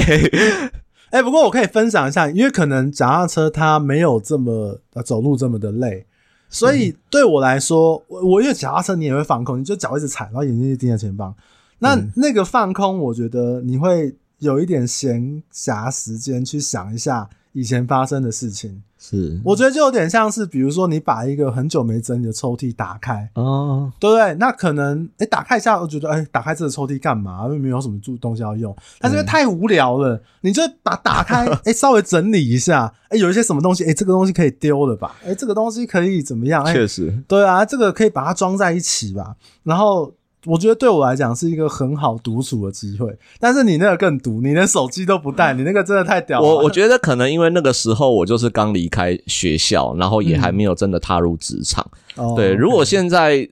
[SPEAKER 1] 哎、不过我可以分享一下，因为可能脚踏车它没有这么呃走路这么的累，所
[SPEAKER 2] 嗯
[SPEAKER 1] 以对我来说，我我因为脚踏车你也会放空，你就脚一直踩，然后眼睛一直盯着前方。那、
[SPEAKER 2] 嗯
[SPEAKER 1] 那个放空，我觉得你会有一点闲暇时间去想一下以前发生的事情。
[SPEAKER 2] 是
[SPEAKER 1] 我觉得就有点像是，比如说你把一个很久没整理的抽屉打开，
[SPEAKER 2] 啊，
[SPEAKER 1] 对不对？那可能哎、诶打开一下，我觉得哎、诶打开这个抽屉干嘛？又没有什么住东西要用，但是
[SPEAKER 2] 嗯
[SPEAKER 1] 因为太无聊了，你就把打
[SPEAKER 2] (laughs)
[SPEAKER 1] 开，哎、稍微整理一下，哎、有一些什么东西，哎、这个东西可以丢了吧？哎、这个东西可以怎么样？哎、
[SPEAKER 2] 确实，
[SPEAKER 1] 对啊，这个可以把它装在一起吧。然后我觉得对我来讲是一个很好独处的机会，但是你那个更毒，你连手机都不带，你那个真的太屌了。
[SPEAKER 2] 嗯我我觉得可能因为那个时候我就是刚离开学校，然后也还没有真的踏入职场。
[SPEAKER 1] 哦
[SPEAKER 2] 对，如果现在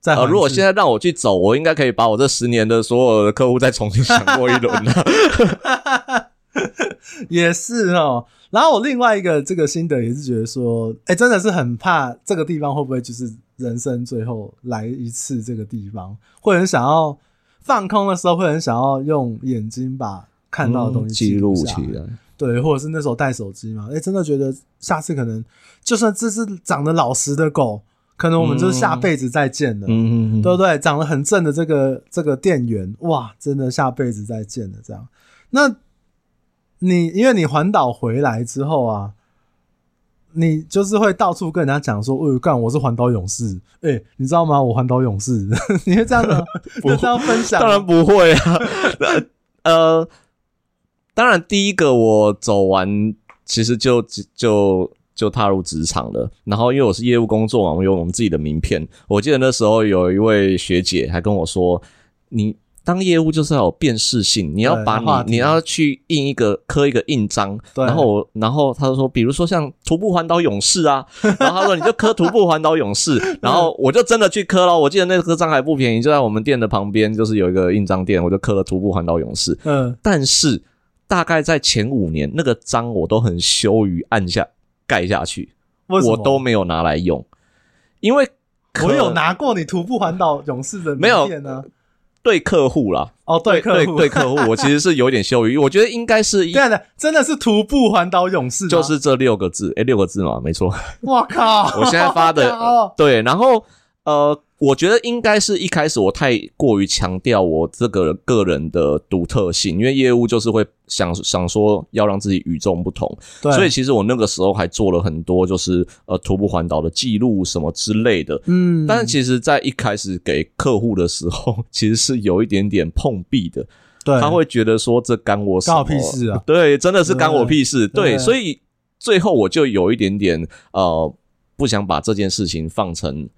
[SPEAKER 1] 再
[SPEAKER 2] 呃，
[SPEAKER 1] 缓
[SPEAKER 2] 如果
[SPEAKER 1] 释
[SPEAKER 2] 现在让我去走，我应该可以把我这十年的所有的客户再重新想过一轮啊了。
[SPEAKER 1] 也是哦。然后我另外一个这个心得也是觉得说，哎、真的是很怕这个地方会不会就是人生最后来一次这个地方，会很想要放空的时候，会很想要用眼睛把看到的东西
[SPEAKER 2] 嗯记录
[SPEAKER 1] 录下嗯
[SPEAKER 2] 起来，
[SPEAKER 1] 对，或者是那时候带手机嘛，哎、真的觉得下次可能就算这只长得老实的狗，可能我们就是下辈子再见了。
[SPEAKER 2] 嗯，嗯嗯
[SPEAKER 1] 对不对？长得很正的这个这个店员，哇，真的下辈子再见了这样。那你因为你环岛回来之后啊，你就是会到处跟人家讲说，哦、干，我是环岛勇士，哎、你知道吗？我环岛勇士， (laughs) 你会这样的，
[SPEAKER 2] 不
[SPEAKER 1] 就这样分享，
[SPEAKER 2] 当然不会啊。呃，当然第一个我走完，其实就就就踏入职场了。然后因为我是业务工作嘛，我有我们自己的名片。我记得那时候有一位学姐还跟我说：“你当业务就是要有辨识性，你要
[SPEAKER 1] 对
[SPEAKER 2] 把
[SPEAKER 1] 有话题
[SPEAKER 2] 你你要去印一个刻一个印章。”
[SPEAKER 1] 对
[SPEAKER 2] 然后我然后他就说，比如说像徒步环岛勇士啊，然后他说你就刻徒步环岛勇士，然后我就真的去刻了。我记得那个章还不便宜，就在我们店的旁边，就是有一个印章店，我就刻了徒步环岛勇士。
[SPEAKER 1] 嗯，
[SPEAKER 2] 但是大概在前五年，那个章我都很羞于按下盖下去，
[SPEAKER 1] 为什么
[SPEAKER 2] 我都没有拿来用，因为可
[SPEAKER 1] 我有拿过你徒步环岛勇士的
[SPEAKER 2] 没有
[SPEAKER 1] 名片呢、
[SPEAKER 2] 对客户啦，
[SPEAKER 1] 哦，对，客
[SPEAKER 2] 对
[SPEAKER 1] 户，
[SPEAKER 2] 对客户，我其实是有点羞于，我觉得应该是一
[SPEAKER 1] 对的，真的是徒步环岛勇士吗，啊
[SPEAKER 2] 就是这六个字，诶，六个字嘛，没错。
[SPEAKER 1] 我靠，
[SPEAKER 2] 我现在发的、
[SPEAKER 1] 哦
[SPEAKER 2] 对，然后呃，我觉得应该是一开始我太过于强调我这个个人的独特性，因为业务就是会想想说要让自己与众不同，
[SPEAKER 1] 对
[SPEAKER 2] 所以其实我那个时候还做了很多就是呃徒步环岛的记录什么之类的。
[SPEAKER 1] 嗯，
[SPEAKER 2] 但是其实，在一开始给客户的时候， (laughs) 其实是有一点点碰壁的。
[SPEAKER 1] 对
[SPEAKER 2] 他会觉得说这干我什
[SPEAKER 1] 干
[SPEAKER 2] 么
[SPEAKER 1] 我屁事啊！
[SPEAKER 2] 对，真的是干我屁事。
[SPEAKER 1] 对
[SPEAKER 2] 对，
[SPEAKER 1] 对
[SPEAKER 2] 所以最后我就有一点点呃，不想把这件事情放成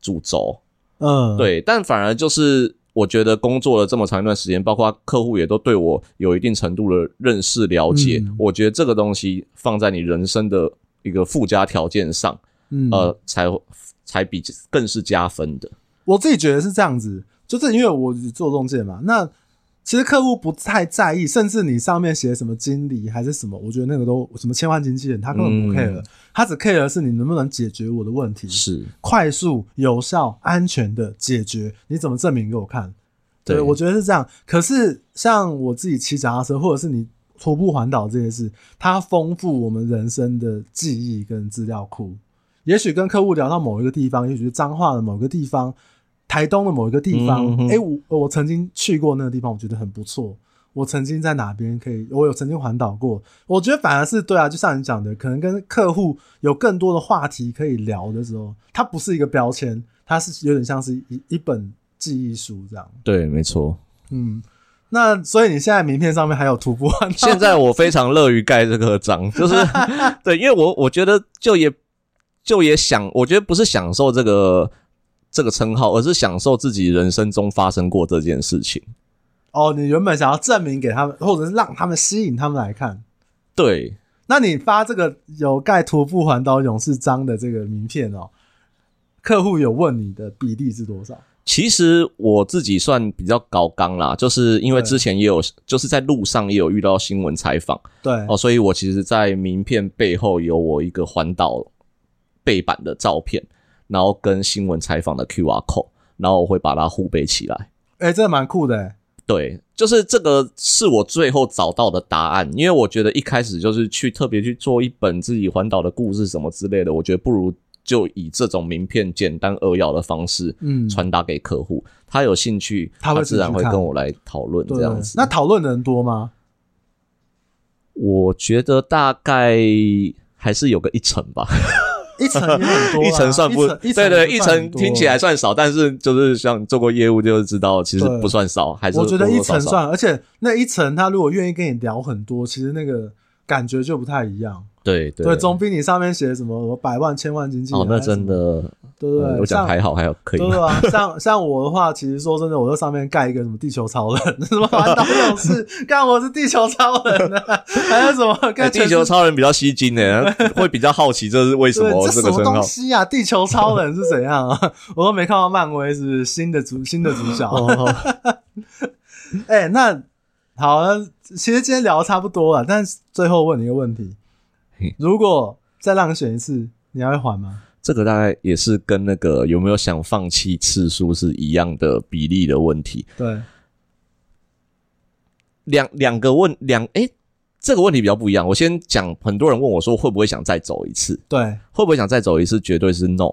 [SPEAKER 2] 主轴。
[SPEAKER 1] 嗯，
[SPEAKER 2] 对，但反而就是。我觉得工作了这么长一段时间，包括客户也都对我有一定程度的认识了解，
[SPEAKER 1] 嗯
[SPEAKER 2] 我觉得这个东西放在你人生的一个附加条件上，
[SPEAKER 1] 嗯，
[SPEAKER 2] 呃，才才比更是加分的。
[SPEAKER 1] 我自己觉得是这样子，就是因为我做中介嘛，那其实客户不太在意，甚至你上面写什么经理还是什么，我觉得那个都什么千万经纪人，他根本不
[SPEAKER 2] 嗯
[SPEAKER 1] care，、他只 care 的是你能不能解决我的问题，
[SPEAKER 2] 是，
[SPEAKER 1] 快速、有效、安全的解决，你怎么证明给我看？对，
[SPEAKER 2] 对
[SPEAKER 1] 我觉得是这样。可是像我自己骑脚踏车，或者是你徒步环岛这件事，它丰富我们人生的记忆跟资料库。也许跟客户聊到某一个地方，也许是彰化的某个地方，台东的某一个地方，
[SPEAKER 2] 嗯哼
[SPEAKER 1] 诶，我我曾经去过那个地方，我觉得很不错。我曾经在哪边可以，我有曾经环岛过，我觉得反而是对啊，就像你讲的，可能跟客户有更多的话题可以聊的时候，它不是一个标签，它是有点像是一一本记忆书这样。
[SPEAKER 2] 对，没错。
[SPEAKER 1] 嗯，那所以你现在名片上面还有徒步环岛，
[SPEAKER 2] 现在我非常乐于盖这个
[SPEAKER 1] (laughs)
[SPEAKER 2] 章，就是对，因为我我觉得就也就也享，我觉得不是享受这个这个称号，而是享受自己人生中发生过这件事情。
[SPEAKER 1] 哦，你原本想要证明给他们，或者是让他们吸引他们来看。
[SPEAKER 2] 对，
[SPEAKER 1] 那你发这个有盖徒步环岛勇士章的这个名片哦，客户有问你的比例是多少？
[SPEAKER 2] 其实我自己算比较高纲啦，就是因为
[SPEAKER 1] 对
[SPEAKER 2] 之前也有，就是在路上也有遇到新闻采访
[SPEAKER 1] 对，
[SPEAKER 2] 哦，所以我其实，在名片背后有我一个环岛背板的照片，然后跟新闻采访的 QR code，然后我会把它互背起来。
[SPEAKER 1] 哎、这个蛮酷的、诶
[SPEAKER 2] 对，就是这个是我最后找到的答案，因为我觉得一开始就是去特别去做一本自己环岛的故事什么之类的，我觉得不如就以这种名片简单扼要的方式
[SPEAKER 1] 嗯，
[SPEAKER 2] 传达给客户，他有兴趣，
[SPEAKER 1] 他
[SPEAKER 2] 他
[SPEAKER 1] 会
[SPEAKER 2] 自然
[SPEAKER 1] 自己
[SPEAKER 2] 会
[SPEAKER 1] 去看
[SPEAKER 2] 跟我来讨论
[SPEAKER 1] 对啊
[SPEAKER 2] 这样子。
[SPEAKER 1] 那讨论的人多吗？
[SPEAKER 2] 我觉得大概还是有个一成吧，
[SPEAKER 1] 一层也很多啦，
[SPEAKER 2] (laughs) 一成算不
[SPEAKER 1] 一层
[SPEAKER 2] 对对，一
[SPEAKER 1] 不算很
[SPEAKER 2] 成
[SPEAKER 1] 多
[SPEAKER 2] 听起来算少，但是就是像做过业务就知道，其实
[SPEAKER 1] 对
[SPEAKER 2] 不算少，还是
[SPEAKER 1] 我觉得
[SPEAKER 2] 多
[SPEAKER 1] 一
[SPEAKER 2] 多少
[SPEAKER 1] 层
[SPEAKER 2] 少
[SPEAKER 1] 算，而且那一层他如果愿意跟你聊很多，其实那个感觉就不太一样。
[SPEAKER 2] 对对
[SPEAKER 1] 对，总比你上面写什么百万、千万经济
[SPEAKER 2] 哦，那真，的。
[SPEAKER 1] 对不
[SPEAKER 2] 嗯
[SPEAKER 1] 对？
[SPEAKER 2] 我讲
[SPEAKER 1] 像
[SPEAKER 2] 还好，还好可以 (laughs)
[SPEAKER 1] 对。啊，像像我的话，其实说真的，我在上面盖一个什么地球超人， (laughs) 什
[SPEAKER 2] (laughs)
[SPEAKER 1] 么环岛勇士，干我是地球超人呢、还有什么
[SPEAKER 2] 哎
[SPEAKER 1] 干
[SPEAKER 2] 地球
[SPEAKER 1] 超
[SPEAKER 2] 超人比较吸
[SPEAKER 1] (laughs)
[SPEAKER 2] 睛呢，会比较好奇这是为什
[SPEAKER 1] 对，
[SPEAKER 2] 么
[SPEAKER 1] 这什
[SPEAKER 2] 个
[SPEAKER 1] 么
[SPEAKER 2] 称号
[SPEAKER 1] 东。西啊？地球超人是怎样啊？ (laughs) 我都没看到漫威是不是新的主新的主角。
[SPEAKER 2] (laughs) 哦，
[SPEAKER 1] (laughs) 哎、那好，那其实今天聊的差不多了，但是最后问你一个问题
[SPEAKER 2] 嘿：
[SPEAKER 1] 如果再让你选一次，你还会还吗？
[SPEAKER 2] 这个大概也是跟那个有没有想放弃次数是一样的比例的问题。
[SPEAKER 1] 对，
[SPEAKER 2] 两两个问两哎，这个问题比较不一样。我先讲，很多人问我说会不会想再走一次，
[SPEAKER 1] 对，
[SPEAKER 2] 会不会想再走一次，绝对是 no，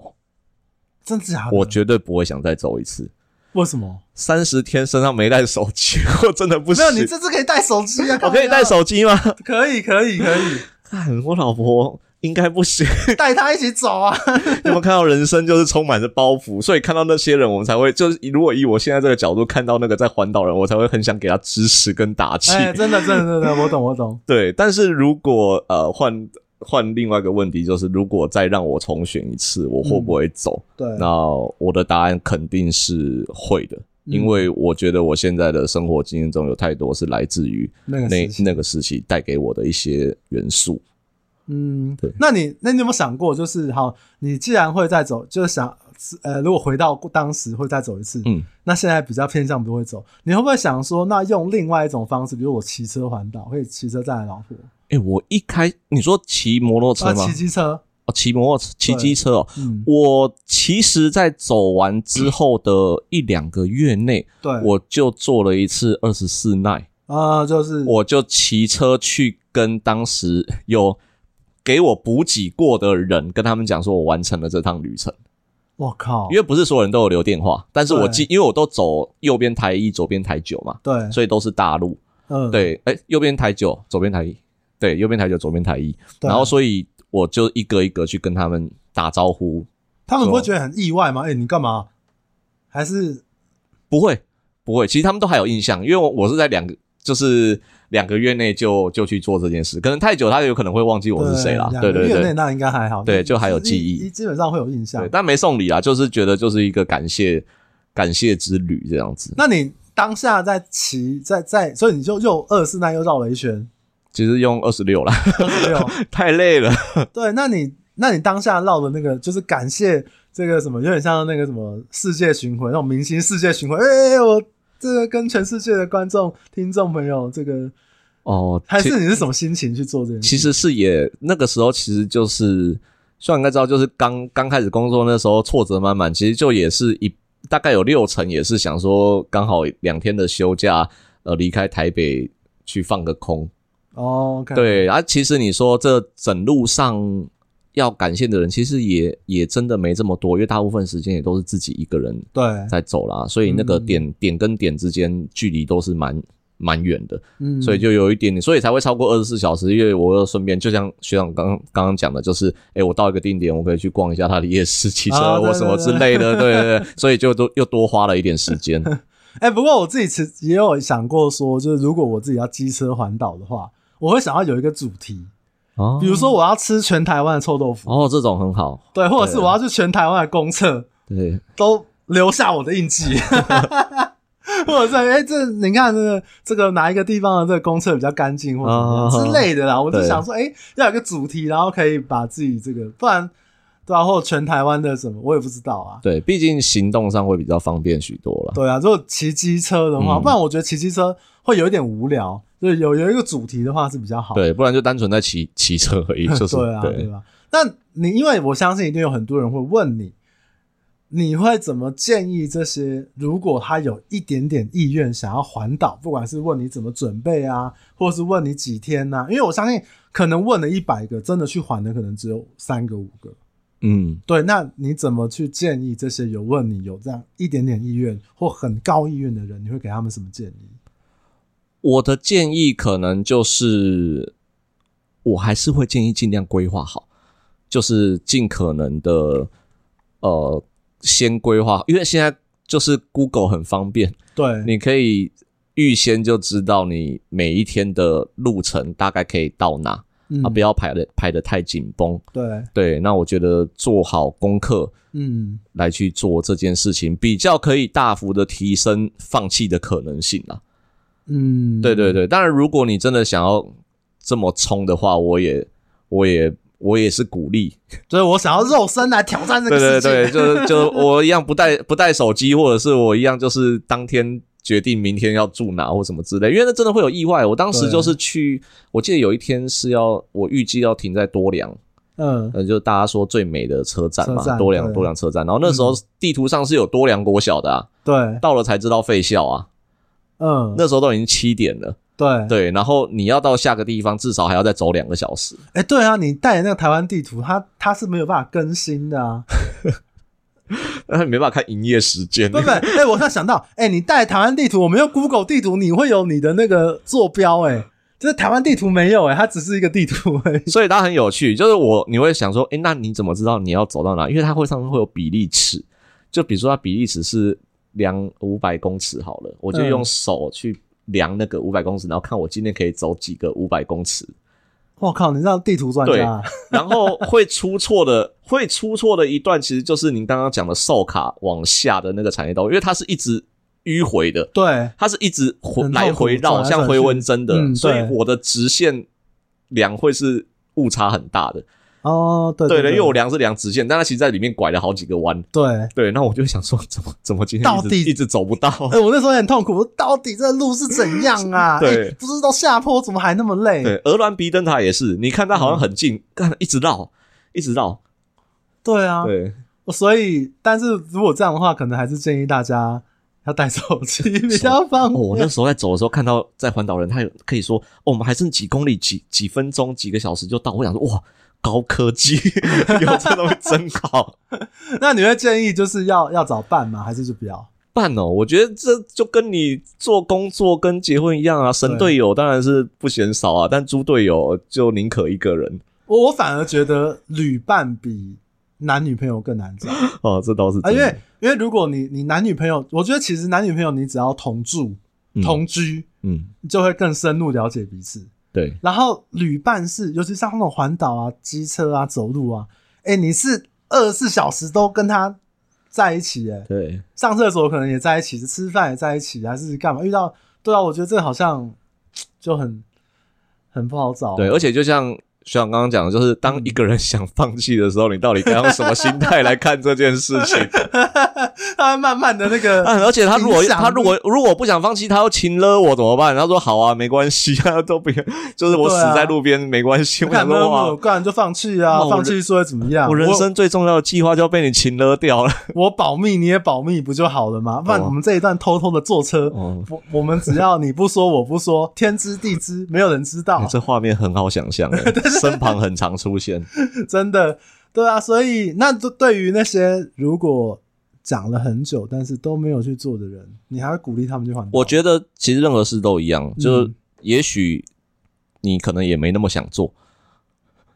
[SPEAKER 1] 真假的？
[SPEAKER 2] 我绝对不会想再走一次。
[SPEAKER 1] 为什么？
[SPEAKER 2] 三十天身上没带手机，我真的不
[SPEAKER 1] 没
[SPEAKER 2] 行
[SPEAKER 1] 有，。你这次可以带手机啊！
[SPEAKER 2] (laughs) 我可以带手机吗？
[SPEAKER 1] 干嘛，可以，可以，可以，
[SPEAKER 2] 看我老婆应该不行。
[SPEAKER 1] 带他一起走啊！
[SPEAKER 2] (laughs) 有没有看到人生就是充满着包袱？所以看到那些人，我们才会就是如果以我现在这个角度看到那个在环岛人，我才会很想给他支持跟打
[SPEAKER 1] (laughs)
[SPEAKER 2] 气。
[SPEAKER 1] 哎、真的，真的，真的，我懂，我懂。
[SPEAKER 2] (laughs) 对，但是如果呃换换另外一个问题，就是如果再让我重选一次，我会不会走？
[SPEAKER 1] 对，
[SPEAKER 2] 那我的答案肯定是会的，
[SPEAKER 1] 嗯
[SPEAKER 2] 因为我觉得我现在的生活经验中有太多是来自于
[SPEAKER 1] 那个
[SPEAKER 2] 那
[SPEAKER 1] 时期
[SPEAKER 2] 那个时期带给我的一些元素。
[SPEAKER 1] 嗯，
[SPEAKER 2] 对
[SPEAKER 1] 那你那你有没有想过，就是好，你既然会再走，就是想呃，如果回到当时会再走一次，
[SPEAKER 2] 嗯，
[SPEAKER 1] 那现在比较偏向不会走，你会不会想说，那用另外一种方式，比如我骑车环岛，可以骑车载老婆，
[SPEAKER 2] 诶、我一开你说骑摩托车
[SPEAKER 1] 啊，
[SPEAKER 2] 吗
[SPEAKER 1] 骑？机车，
[SPEAKER 2] 哦，骑摩托车骑
[SPEAKER 1] 对
[SPEAKER 2] 机车哦，
[SPEAKER 1] 嗯，
[SPEAKER 2] 我其实，在走完之后的一两个月内，
[SPEAKER 1] 对，
[SPEAKER 2] 我就做了一次二十四耐，
[SPEAKER 1] 啊、就是
[SPEAKER 2] 我就骑车去跟当时有给我补给过的人，跟他们讲说我完成了这趟旅程。
[SPEAKER 1] 我靠，
[SPEAKER 2] 因为不是所有人都有留电话，但是我
[SPEAKER 1] 哦对
[SPEAKER 2] 记，因为我都走右边台一、左边台九嘛，
[SPEAKER 1] 对，
[SPEAKER 2] 所以都是大路。
[SPEAKER 1] 嗯，
[SPEAKER 2] 对，哎，右边台九，左边台一，对，右边台九，左边台一。
[SPEAKER 1] 对啊
[SPEAKER 2] 然后，所以我就一个一个去跟他们打招呼，
[SPEAKER 1] 他们不会觉得很意外吗？哎、你干嘛？还是
[SPEAKER 2] 不会，不会。其实他们都还有印象，因为我我是在两个就是两个月内就就去做这件事，可能太久，他有可能会忘记我是谁啦。
[SPEAKER 1] 两
[SPEAKER 2] 对
[SPEAKER 1] 个
[SPEAKER 2] 对
[SPEAKER 1] 月内
[SPEAKER 2] 对
[SPEAKER 1] 那应该还好，
[SPEAKER 2] 对
[SPEAKER 1] 你
[SPEAKER 2] 就还有
[SPEAKER 1] 你
[SPEAKER 2] 记忆
[SPEAKER 1] 你基本上会有印象
[SPEAKER 2] 对，。但没送礼啦，就是觉得就是一个感谢感谢之旅这样子。
[SPEAKER 1] 那你当下在骑，在在，所以你就又二四那又绕了一圈，
[SPEAKER 2] 其实用二十六啦， (laughs)
[SPEAKER 1] 没有？ (laughs)
[SPEAKER 2] 太累了。
[SPEAKER 1] 对，那你那你当下绕的那个，就是感谢这个什么，有点像那个什么世界巡回那种明星世界巡回，哎、哎我这个跟全世界的观众、听众朋友，这个
[SPEAKER 2] 哦，
[SPEAKER 1] 还
[SPEAKER 2] 其
[SPEAKER 1] 是你是什么心情去做这件事？
[SPEAKER 2] 其实是也那个时候，其实就是虽然应该知道，就是刚刚开始工作那时候挫折满满，其实就也是一大概有六成也是想说，刚好两天的休假，呃，离开台北去放个空。
[SPEAKER 1] 哦，OK，
[SPEAKER 2] 对啊，其实你说这整路上要感谢的人，其实也也真的没这么多，因为大部分时间也都是自己一个人
[SPEAKER 1] 对，
[SPEAKER 2] 在走啦，所以那个
[SPEAKER 1] 嗯
[SPEAKER 2] 点、点跟点之间距离都是蛮蛮远的。
[SPEAKER 1] 嗯，
[SPEAKER 2] 所以就有一点点，所以才会超过二十四小时。因为我又顺便，就像学长刚刚刚讲的，就是，诶、我到一个定点，我可以去逛一下他的夜市、骑
[SPEAKER 1] 啊
[SPEAKER 2] 车
[SPEAKER 1] 对
[SPEAKER 2] 或什么
[SPEAKER 1] 对
[SPEAKER 2] 之类的，对对对，所以就都又多花了一点时
[SPEAKER 1] (laughs)
[SPEAKER 2] 间。
[SPEAKER 1] 哎、不过我自己其实也有想过说，就是如果我自己要机车环岛的话，我会想要有一个主题，
[SPEAKER 2] 哦
[SPEAKER 1] 比如说我要吃全台湾的臭豆腐，
[SPEAKER 2] 哦，这种很好，
[SPEAKER 1] 对，或者是我要去全台湾的公厕，
[SPEAKER 2] 对，
[SPEAKER 1] 都留下我的印记。 (laughs) 或者是哎、这你看这个这个哪一个地方的这个公厕比较干净，或者什么样之类的啦。我就
[SPEAKER 2] 哦对
[SPEAKER 1] 想说，哎、要有个主题，然后可以把自己这个，不然对啊，或者全台湾的什么，我也不知道啊。
[SPEAKER 2] 对，毕竟行动上会比较方便许多了。
[SPEAKER 1] 对啊，如果骑机车的话，
[SPEAKER 2] 嗯
[SPEAKER 1] 不然我觉得骑机车会有一点无聊，就是有有一个主题的话是比较好 (laughs) 的。
[SPEAKER 2] 对，不然就单纯在骑 (laughs) 骑车
[SPEAKER 1] (laughs)
[SPEAKER 2] 而已，就是
[SPEAKER 1] 对啊，对吧？那你因为我相信一定有很多人会问你，你会怎么建议这些？如果他有一点点意愿想要环岛，不管是问你怎么准备啊，或是问你几天啊呐、因为我相信可能问了一百个，真的去环的可能只有三个五个。
[SPEAKER 2] 嗯，
[SPEAKER 1] 对，那你怎么去建议这些有问你有这样一点点意愿或很高意愿的人？你会给他们什么建议？
[SPEAKER 2] 我的建议可能就是，我还是会建议尽量规划好，就是尽可能的，呃，先规划，因为现在就是 Google 很方便，
[SPEAKER 1] 对，
[SPEAKER 2] 你可以预先就知道你每一天的路程大概可以到哪、
[SPEAKER 1] 嗯
[SPEAKER 2] 啊，不要排的排的太紧绷。
[SPEAKER 1] 对，
[SPEAKER 2] 对，那我觉得做好功课
[SPEAKER 1] 嗯，
[SPEAKER 2] 来去做这件事情，比较可以大幅的提升放弃的可能性啊。
[SPEAKER 1] 嗯，
[SPEAKER 2] 对对对，当然，如果你真的想要这么冲的话，我也我也我也是鼓励。
[SPEAKER 1] 所以我想要肉身来挑战这个世
[SPEAKER 2] 对对
[SPEAKER 1] 界。
[SPEAKER 2] 对，就是就我一样不带 (laughs) 不带手机，或者是我一样就是当天决定明天要住哪或什么之类，因为那真的会有意外。我当时
[SPEAKER 1] 对
[SPEAKER 2] 就是去，我记得有一天是要我预计要停在多良，
[SPEAKER 1] 嗯，
[SPEAKER 2] 呃，就大家说最美的车站嘛，
[SPEAKER 1] 车站
[SPEAKER 2] 多良
[SPEAKER 1] 对嗯
[SPEAKER 2] 多良车站。然后那时候地图上是有多良国小的啊，
[SPEAKER 1] 对，
[SPEAKER 2] 到了才知道废校啊，
[SPEAKER 1] 嗯，
[SPEAKER 2] 那时候都已经七点了。
[SPEAKER 1] 对，
[SPEAKER 2] 对，然后你要到下个地方，至少还要再走两个小时。 (laughs)
[SPEAKER 1] 哎，对啊，你带的那个台湾地图，它它是没有办法更新的啊。
[SPEAKER 2] 那没办法看营业时间。
[SPEAKER 1] 不不，哎，我突然想到，哎，你带台湾地图，我们用 Google 地图，你会有你的那个坐标，哎，就是台湾地图没有，哎，它只是一个地图哎而已。
[SPEAKER 2] (laughs) 所以它很有趣，就是我你会想说，诶，那你怎么知道你要走到哪？因为它会上面会有比例尺，就比如说它比例尺是量五百公尺好了，我就
[SPEAKER 1] 嗯
[SPEAKER 2] 用手去量那个五百公尺，然后看我今天可以走几个五百公尺，
[SPEAKER 1] 我靠，你让地图专家啊，
[SPEAKER 2] 然后会出错的， (laughs) 会出错的一段其实就是您刚刚讲的售卡往下的那个产业道路，因为它是一直迂回的，
[SPEAKER 1] 对，
[SPEAKER 2] 它是一直回
[SPEAKER 1] 很痛苦
[SPEAKER 2] 来回
[SPEAKER 1] 转
[SPEAKER 2] 绕，
[SPEAKER 1] 来
[SPEAKER 2] 像
[SPEAKER 1] 转
[SPEAKER 2] 回
[SPEAKER 1] 去
[SPEAKER 2] 纹针的，
[SPEAKER 1] 嗯
[SPEAKER 2] 所以
[SPEAKER 1] 对
[SPEAKER 2] 我的直线量会是误差很大的。
[SPEAKER 1] 哦，对
[SPEAKER 2] 对
[SPEAKER 1] 对，
[SPEAKER 2] 的，因为我量是量直线，但它其实在里面拐了好几个弯。
[SPEAKER 1] 对。
[SPEAKER 2] 对，那我就想说，怎么怎么今天一
[SPEAKER 1] (laughs)
[SPEAKER 2] 直
[SPEAKER 1] 到底
[SPEAKER 2] 一直走
[SPEAKER 1] (laughs)
[SPEAKER 2] 不到？
[SPEAKER 1] 哎，我那时候也很痛苦，我说到底这路是怎样啊？
[SPEAKER 2] 对
[SPEAKER 1] 哎不是到下坡怎么还那么累？
[SPEAKER 2] 对，鹅銮鼻灯塔也是，你看它好像很
[SPEAKER 1] 嗯
[SPEAKER 2] 近，看一直绕，一直绕。
[SPEAKER 1] 对啊，
[SPEAKER 2] 对，
[SPEAKER 1] 所以，但是如果这样的话，可能还是建议大家要带手机 (laughs) 比较方
[SPEAKER 2] 哦，
[SPEAKER 1] 便。
[SPEAKER 2] 我那时候在走的时候，看到在环岛人，他有可以说，哦，我们还剩几公里、几几分钟、几个小时就到。我想说，哇，高科技， (laughs) 有这东西真好。
[SPEAKER 1] 那你会建议就是要要找伴吗？还是就不要？
[SPEAKER 2] 办哦，我觉得这就跟你做工作跟结婚一样啊，神
[SPEAKER 1] 对
[SPEAKER 2] 队友当然是不嫌少啊，但猪队友就宁可一个人
[SPEAKER 1] 我我反而觉得旅伴比男女朋友更难找
[SPEAKER 2] (laughs)
[SPEAKER 1] 啊，
[SPEAKER 2] 哦，这倒是真
[SPEAKER 1] 因
[SPEAKER 2] 的
[SPEAKER 1] 为因为如果你你男女朋友，我觉得其实男女朋友你只要同住
[SPEAKER 2] 嗯
[SPEAKER 1] 同居，
[SPEAKER 2] 嗯，
[SPEAKER 1] 就会更深入了解彼此。
[SPEAKER 2] 对，
[SPEAKER 1] 然后旅伴是，尤其像那种环岛啊、机车啊、走路啊，哎、你是二十四小时都跟他在一起、欸，哎，
[SPEAKER 3] 对，
[SPEAKER 1] 上厕所可能也在一起，吃饭也在一起，还是干嘛？遇到对啊，我觉得这好像就很很不好找、
[SPEAKER 2] 对，而且就像学长刚刚讲的，就是
[SPEAKER 1] 嗯
[SPEAKER 2] 当一个人 (laughs) 想放弃的时候，你到底该用什么心态来看这件事
[SPEAKER 1] (laughs)
[SPEAKER 2] 情？
[SPEAKER 1] 他会慢慢的那个，
[SPEAKER 2] (laughs) 啊、而且他如果
[SPEAKER 1] 影响
[SPEAKER 2] 他如果如果不想放弃，他要亲了我怎么办？他说好啊，没关系啊， (laughs) 都不要，就是我死
[SPEAKER 1] 对啊
[SPEAKER 2] 在路边、没关系。
[SPEAKER 1] 不
[SPEAKER 2] 我想
[SPEAKER 1] 敢
[SPEAKER 2] 说
[SPEAKER 1] 摸 (laughs) 我，
[SPEAKER 2] 哇，
[SPEAKER 1] 干就放弃啊
[SPEAKER 2] 哇，我
[SPEAKER 1] 放弃说会怎么样？
[SPEAKER 2] 我
[SPEAKER 1] 我
[SPEAKER 2] 人生最重要的计划就要被你亲了掉了。
[SPEAKER 1] 我保密，你也保密，不就好了吗？不然我们这一段偷偷的坐车，
[SPEAKER 2] 啊哦，
[SPEAKER 1] 我我们只要你不说，我不说，天知地知，没有人知道
[SPEAKER 2] 哎，这画面很好想象
[SPEAKER 1] (laughs)
[SPEAKER 2] 欸，身旁很常出现。
[SPEAKER 1] 真的，对啊。所以那对对于那些如果讲了很久，但是都没有去做的人，你还会鼓励他们去环岛？
[SPEAKER 2] 我觉得其实任何事都一样，就是
[SPEAKER 1] 嗯
[SPEAKER 2] 也许你可能也没那么想做，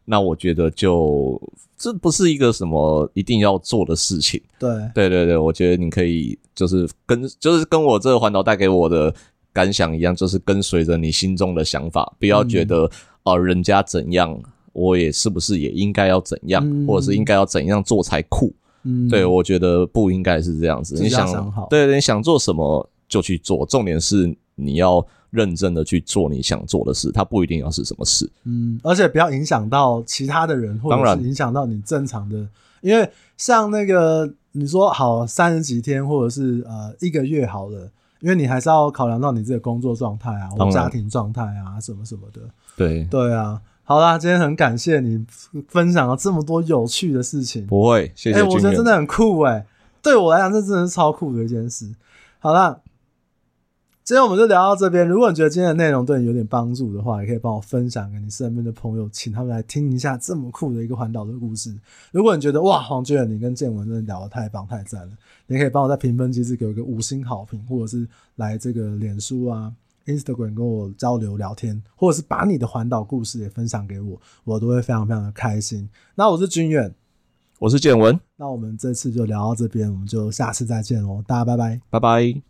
[SPEAKER 2] 那我觉得就这不是一个什么一定要做的事情。
[SPEAKER 1] 对，
[SPEAKER 2] 对对对，我觉得你可以就是跟就是跟我这个环岛带给我的感想一样，就是跟随着你心中的想法，不
[SPEAKER 1] 嗯
[SPEAKER 2] 要觉得哦、人家怎样，我也是不是也应该要怎样，
[SPEAKER 1] 嗯
[SPEAKER 2] 或者是应该要怎样做才酷。
[SPEAKER 1] 嗯，
[SPEAKER 2] 对，我觉得不应该是这样子。
[SPEAKER 1] 自
[SPEAKER 2] 你
[SPEAKER 1] 己要
[SPEAKER 2] 想，
[SPEAKER 1] 想好
[SPEAKER 2] 对，你想做什么就去做，重点是你要认真的去做你想做的事，它不一定要是什么事。
[SPEAKER 1] 嗯，而且不要影响到其他的人，或
[SPEAKER 2] 当
[SPEAKER 1] 者
[SPEAKER 2] 然
[SPEAKER 1] 是影响到你正常的，因为像那个你说好三十几天，或者是呃一个月好了，因为你还是要考量到你自己的工作状态啊，
[SPEAKER 2] 当
[SPEAKER 1] 或
[SPEAKER 2] 然
[SPEAKER 1] 家庭状态啊，什么什么的。
[SPEAKER 2] 对，
[SPEAKER 1] 对啊，好啦，今天很感谢你分享了这么多有趣的事情，
[SPEAKER 2] 不会，谢
[SPEAKER 1] 哎、
[SPEAKER 2] 谢君远。
[SPEAKER 1] 我觉得真的很酷哎、对我来讲这真的是超酷的一件事。好啦，今天我们就聊到这边。如果你觉得今天的内容对你有点帮助的话，也可以帮我分享给你身边的朋友，请他们来听一下这么酷的一个环岛的故事。如果你觉得哇，黄俊远你跟建文真的聊得太棒太赞了，你也可以帮我在评分机制给我一个五星好评，或者是来这个脸书啊。Instagram 跟我交流聊天，或者是把你的环岛故事也分享给我，我都会非常非常的开心。那我是君远，
[SPEAKER 2] 我是建文，
[SPEAKER 1] 那我们这次就聊到这边，我们就下次再见喽，大家拜拜。
[SPEAKER 2] 拜拜。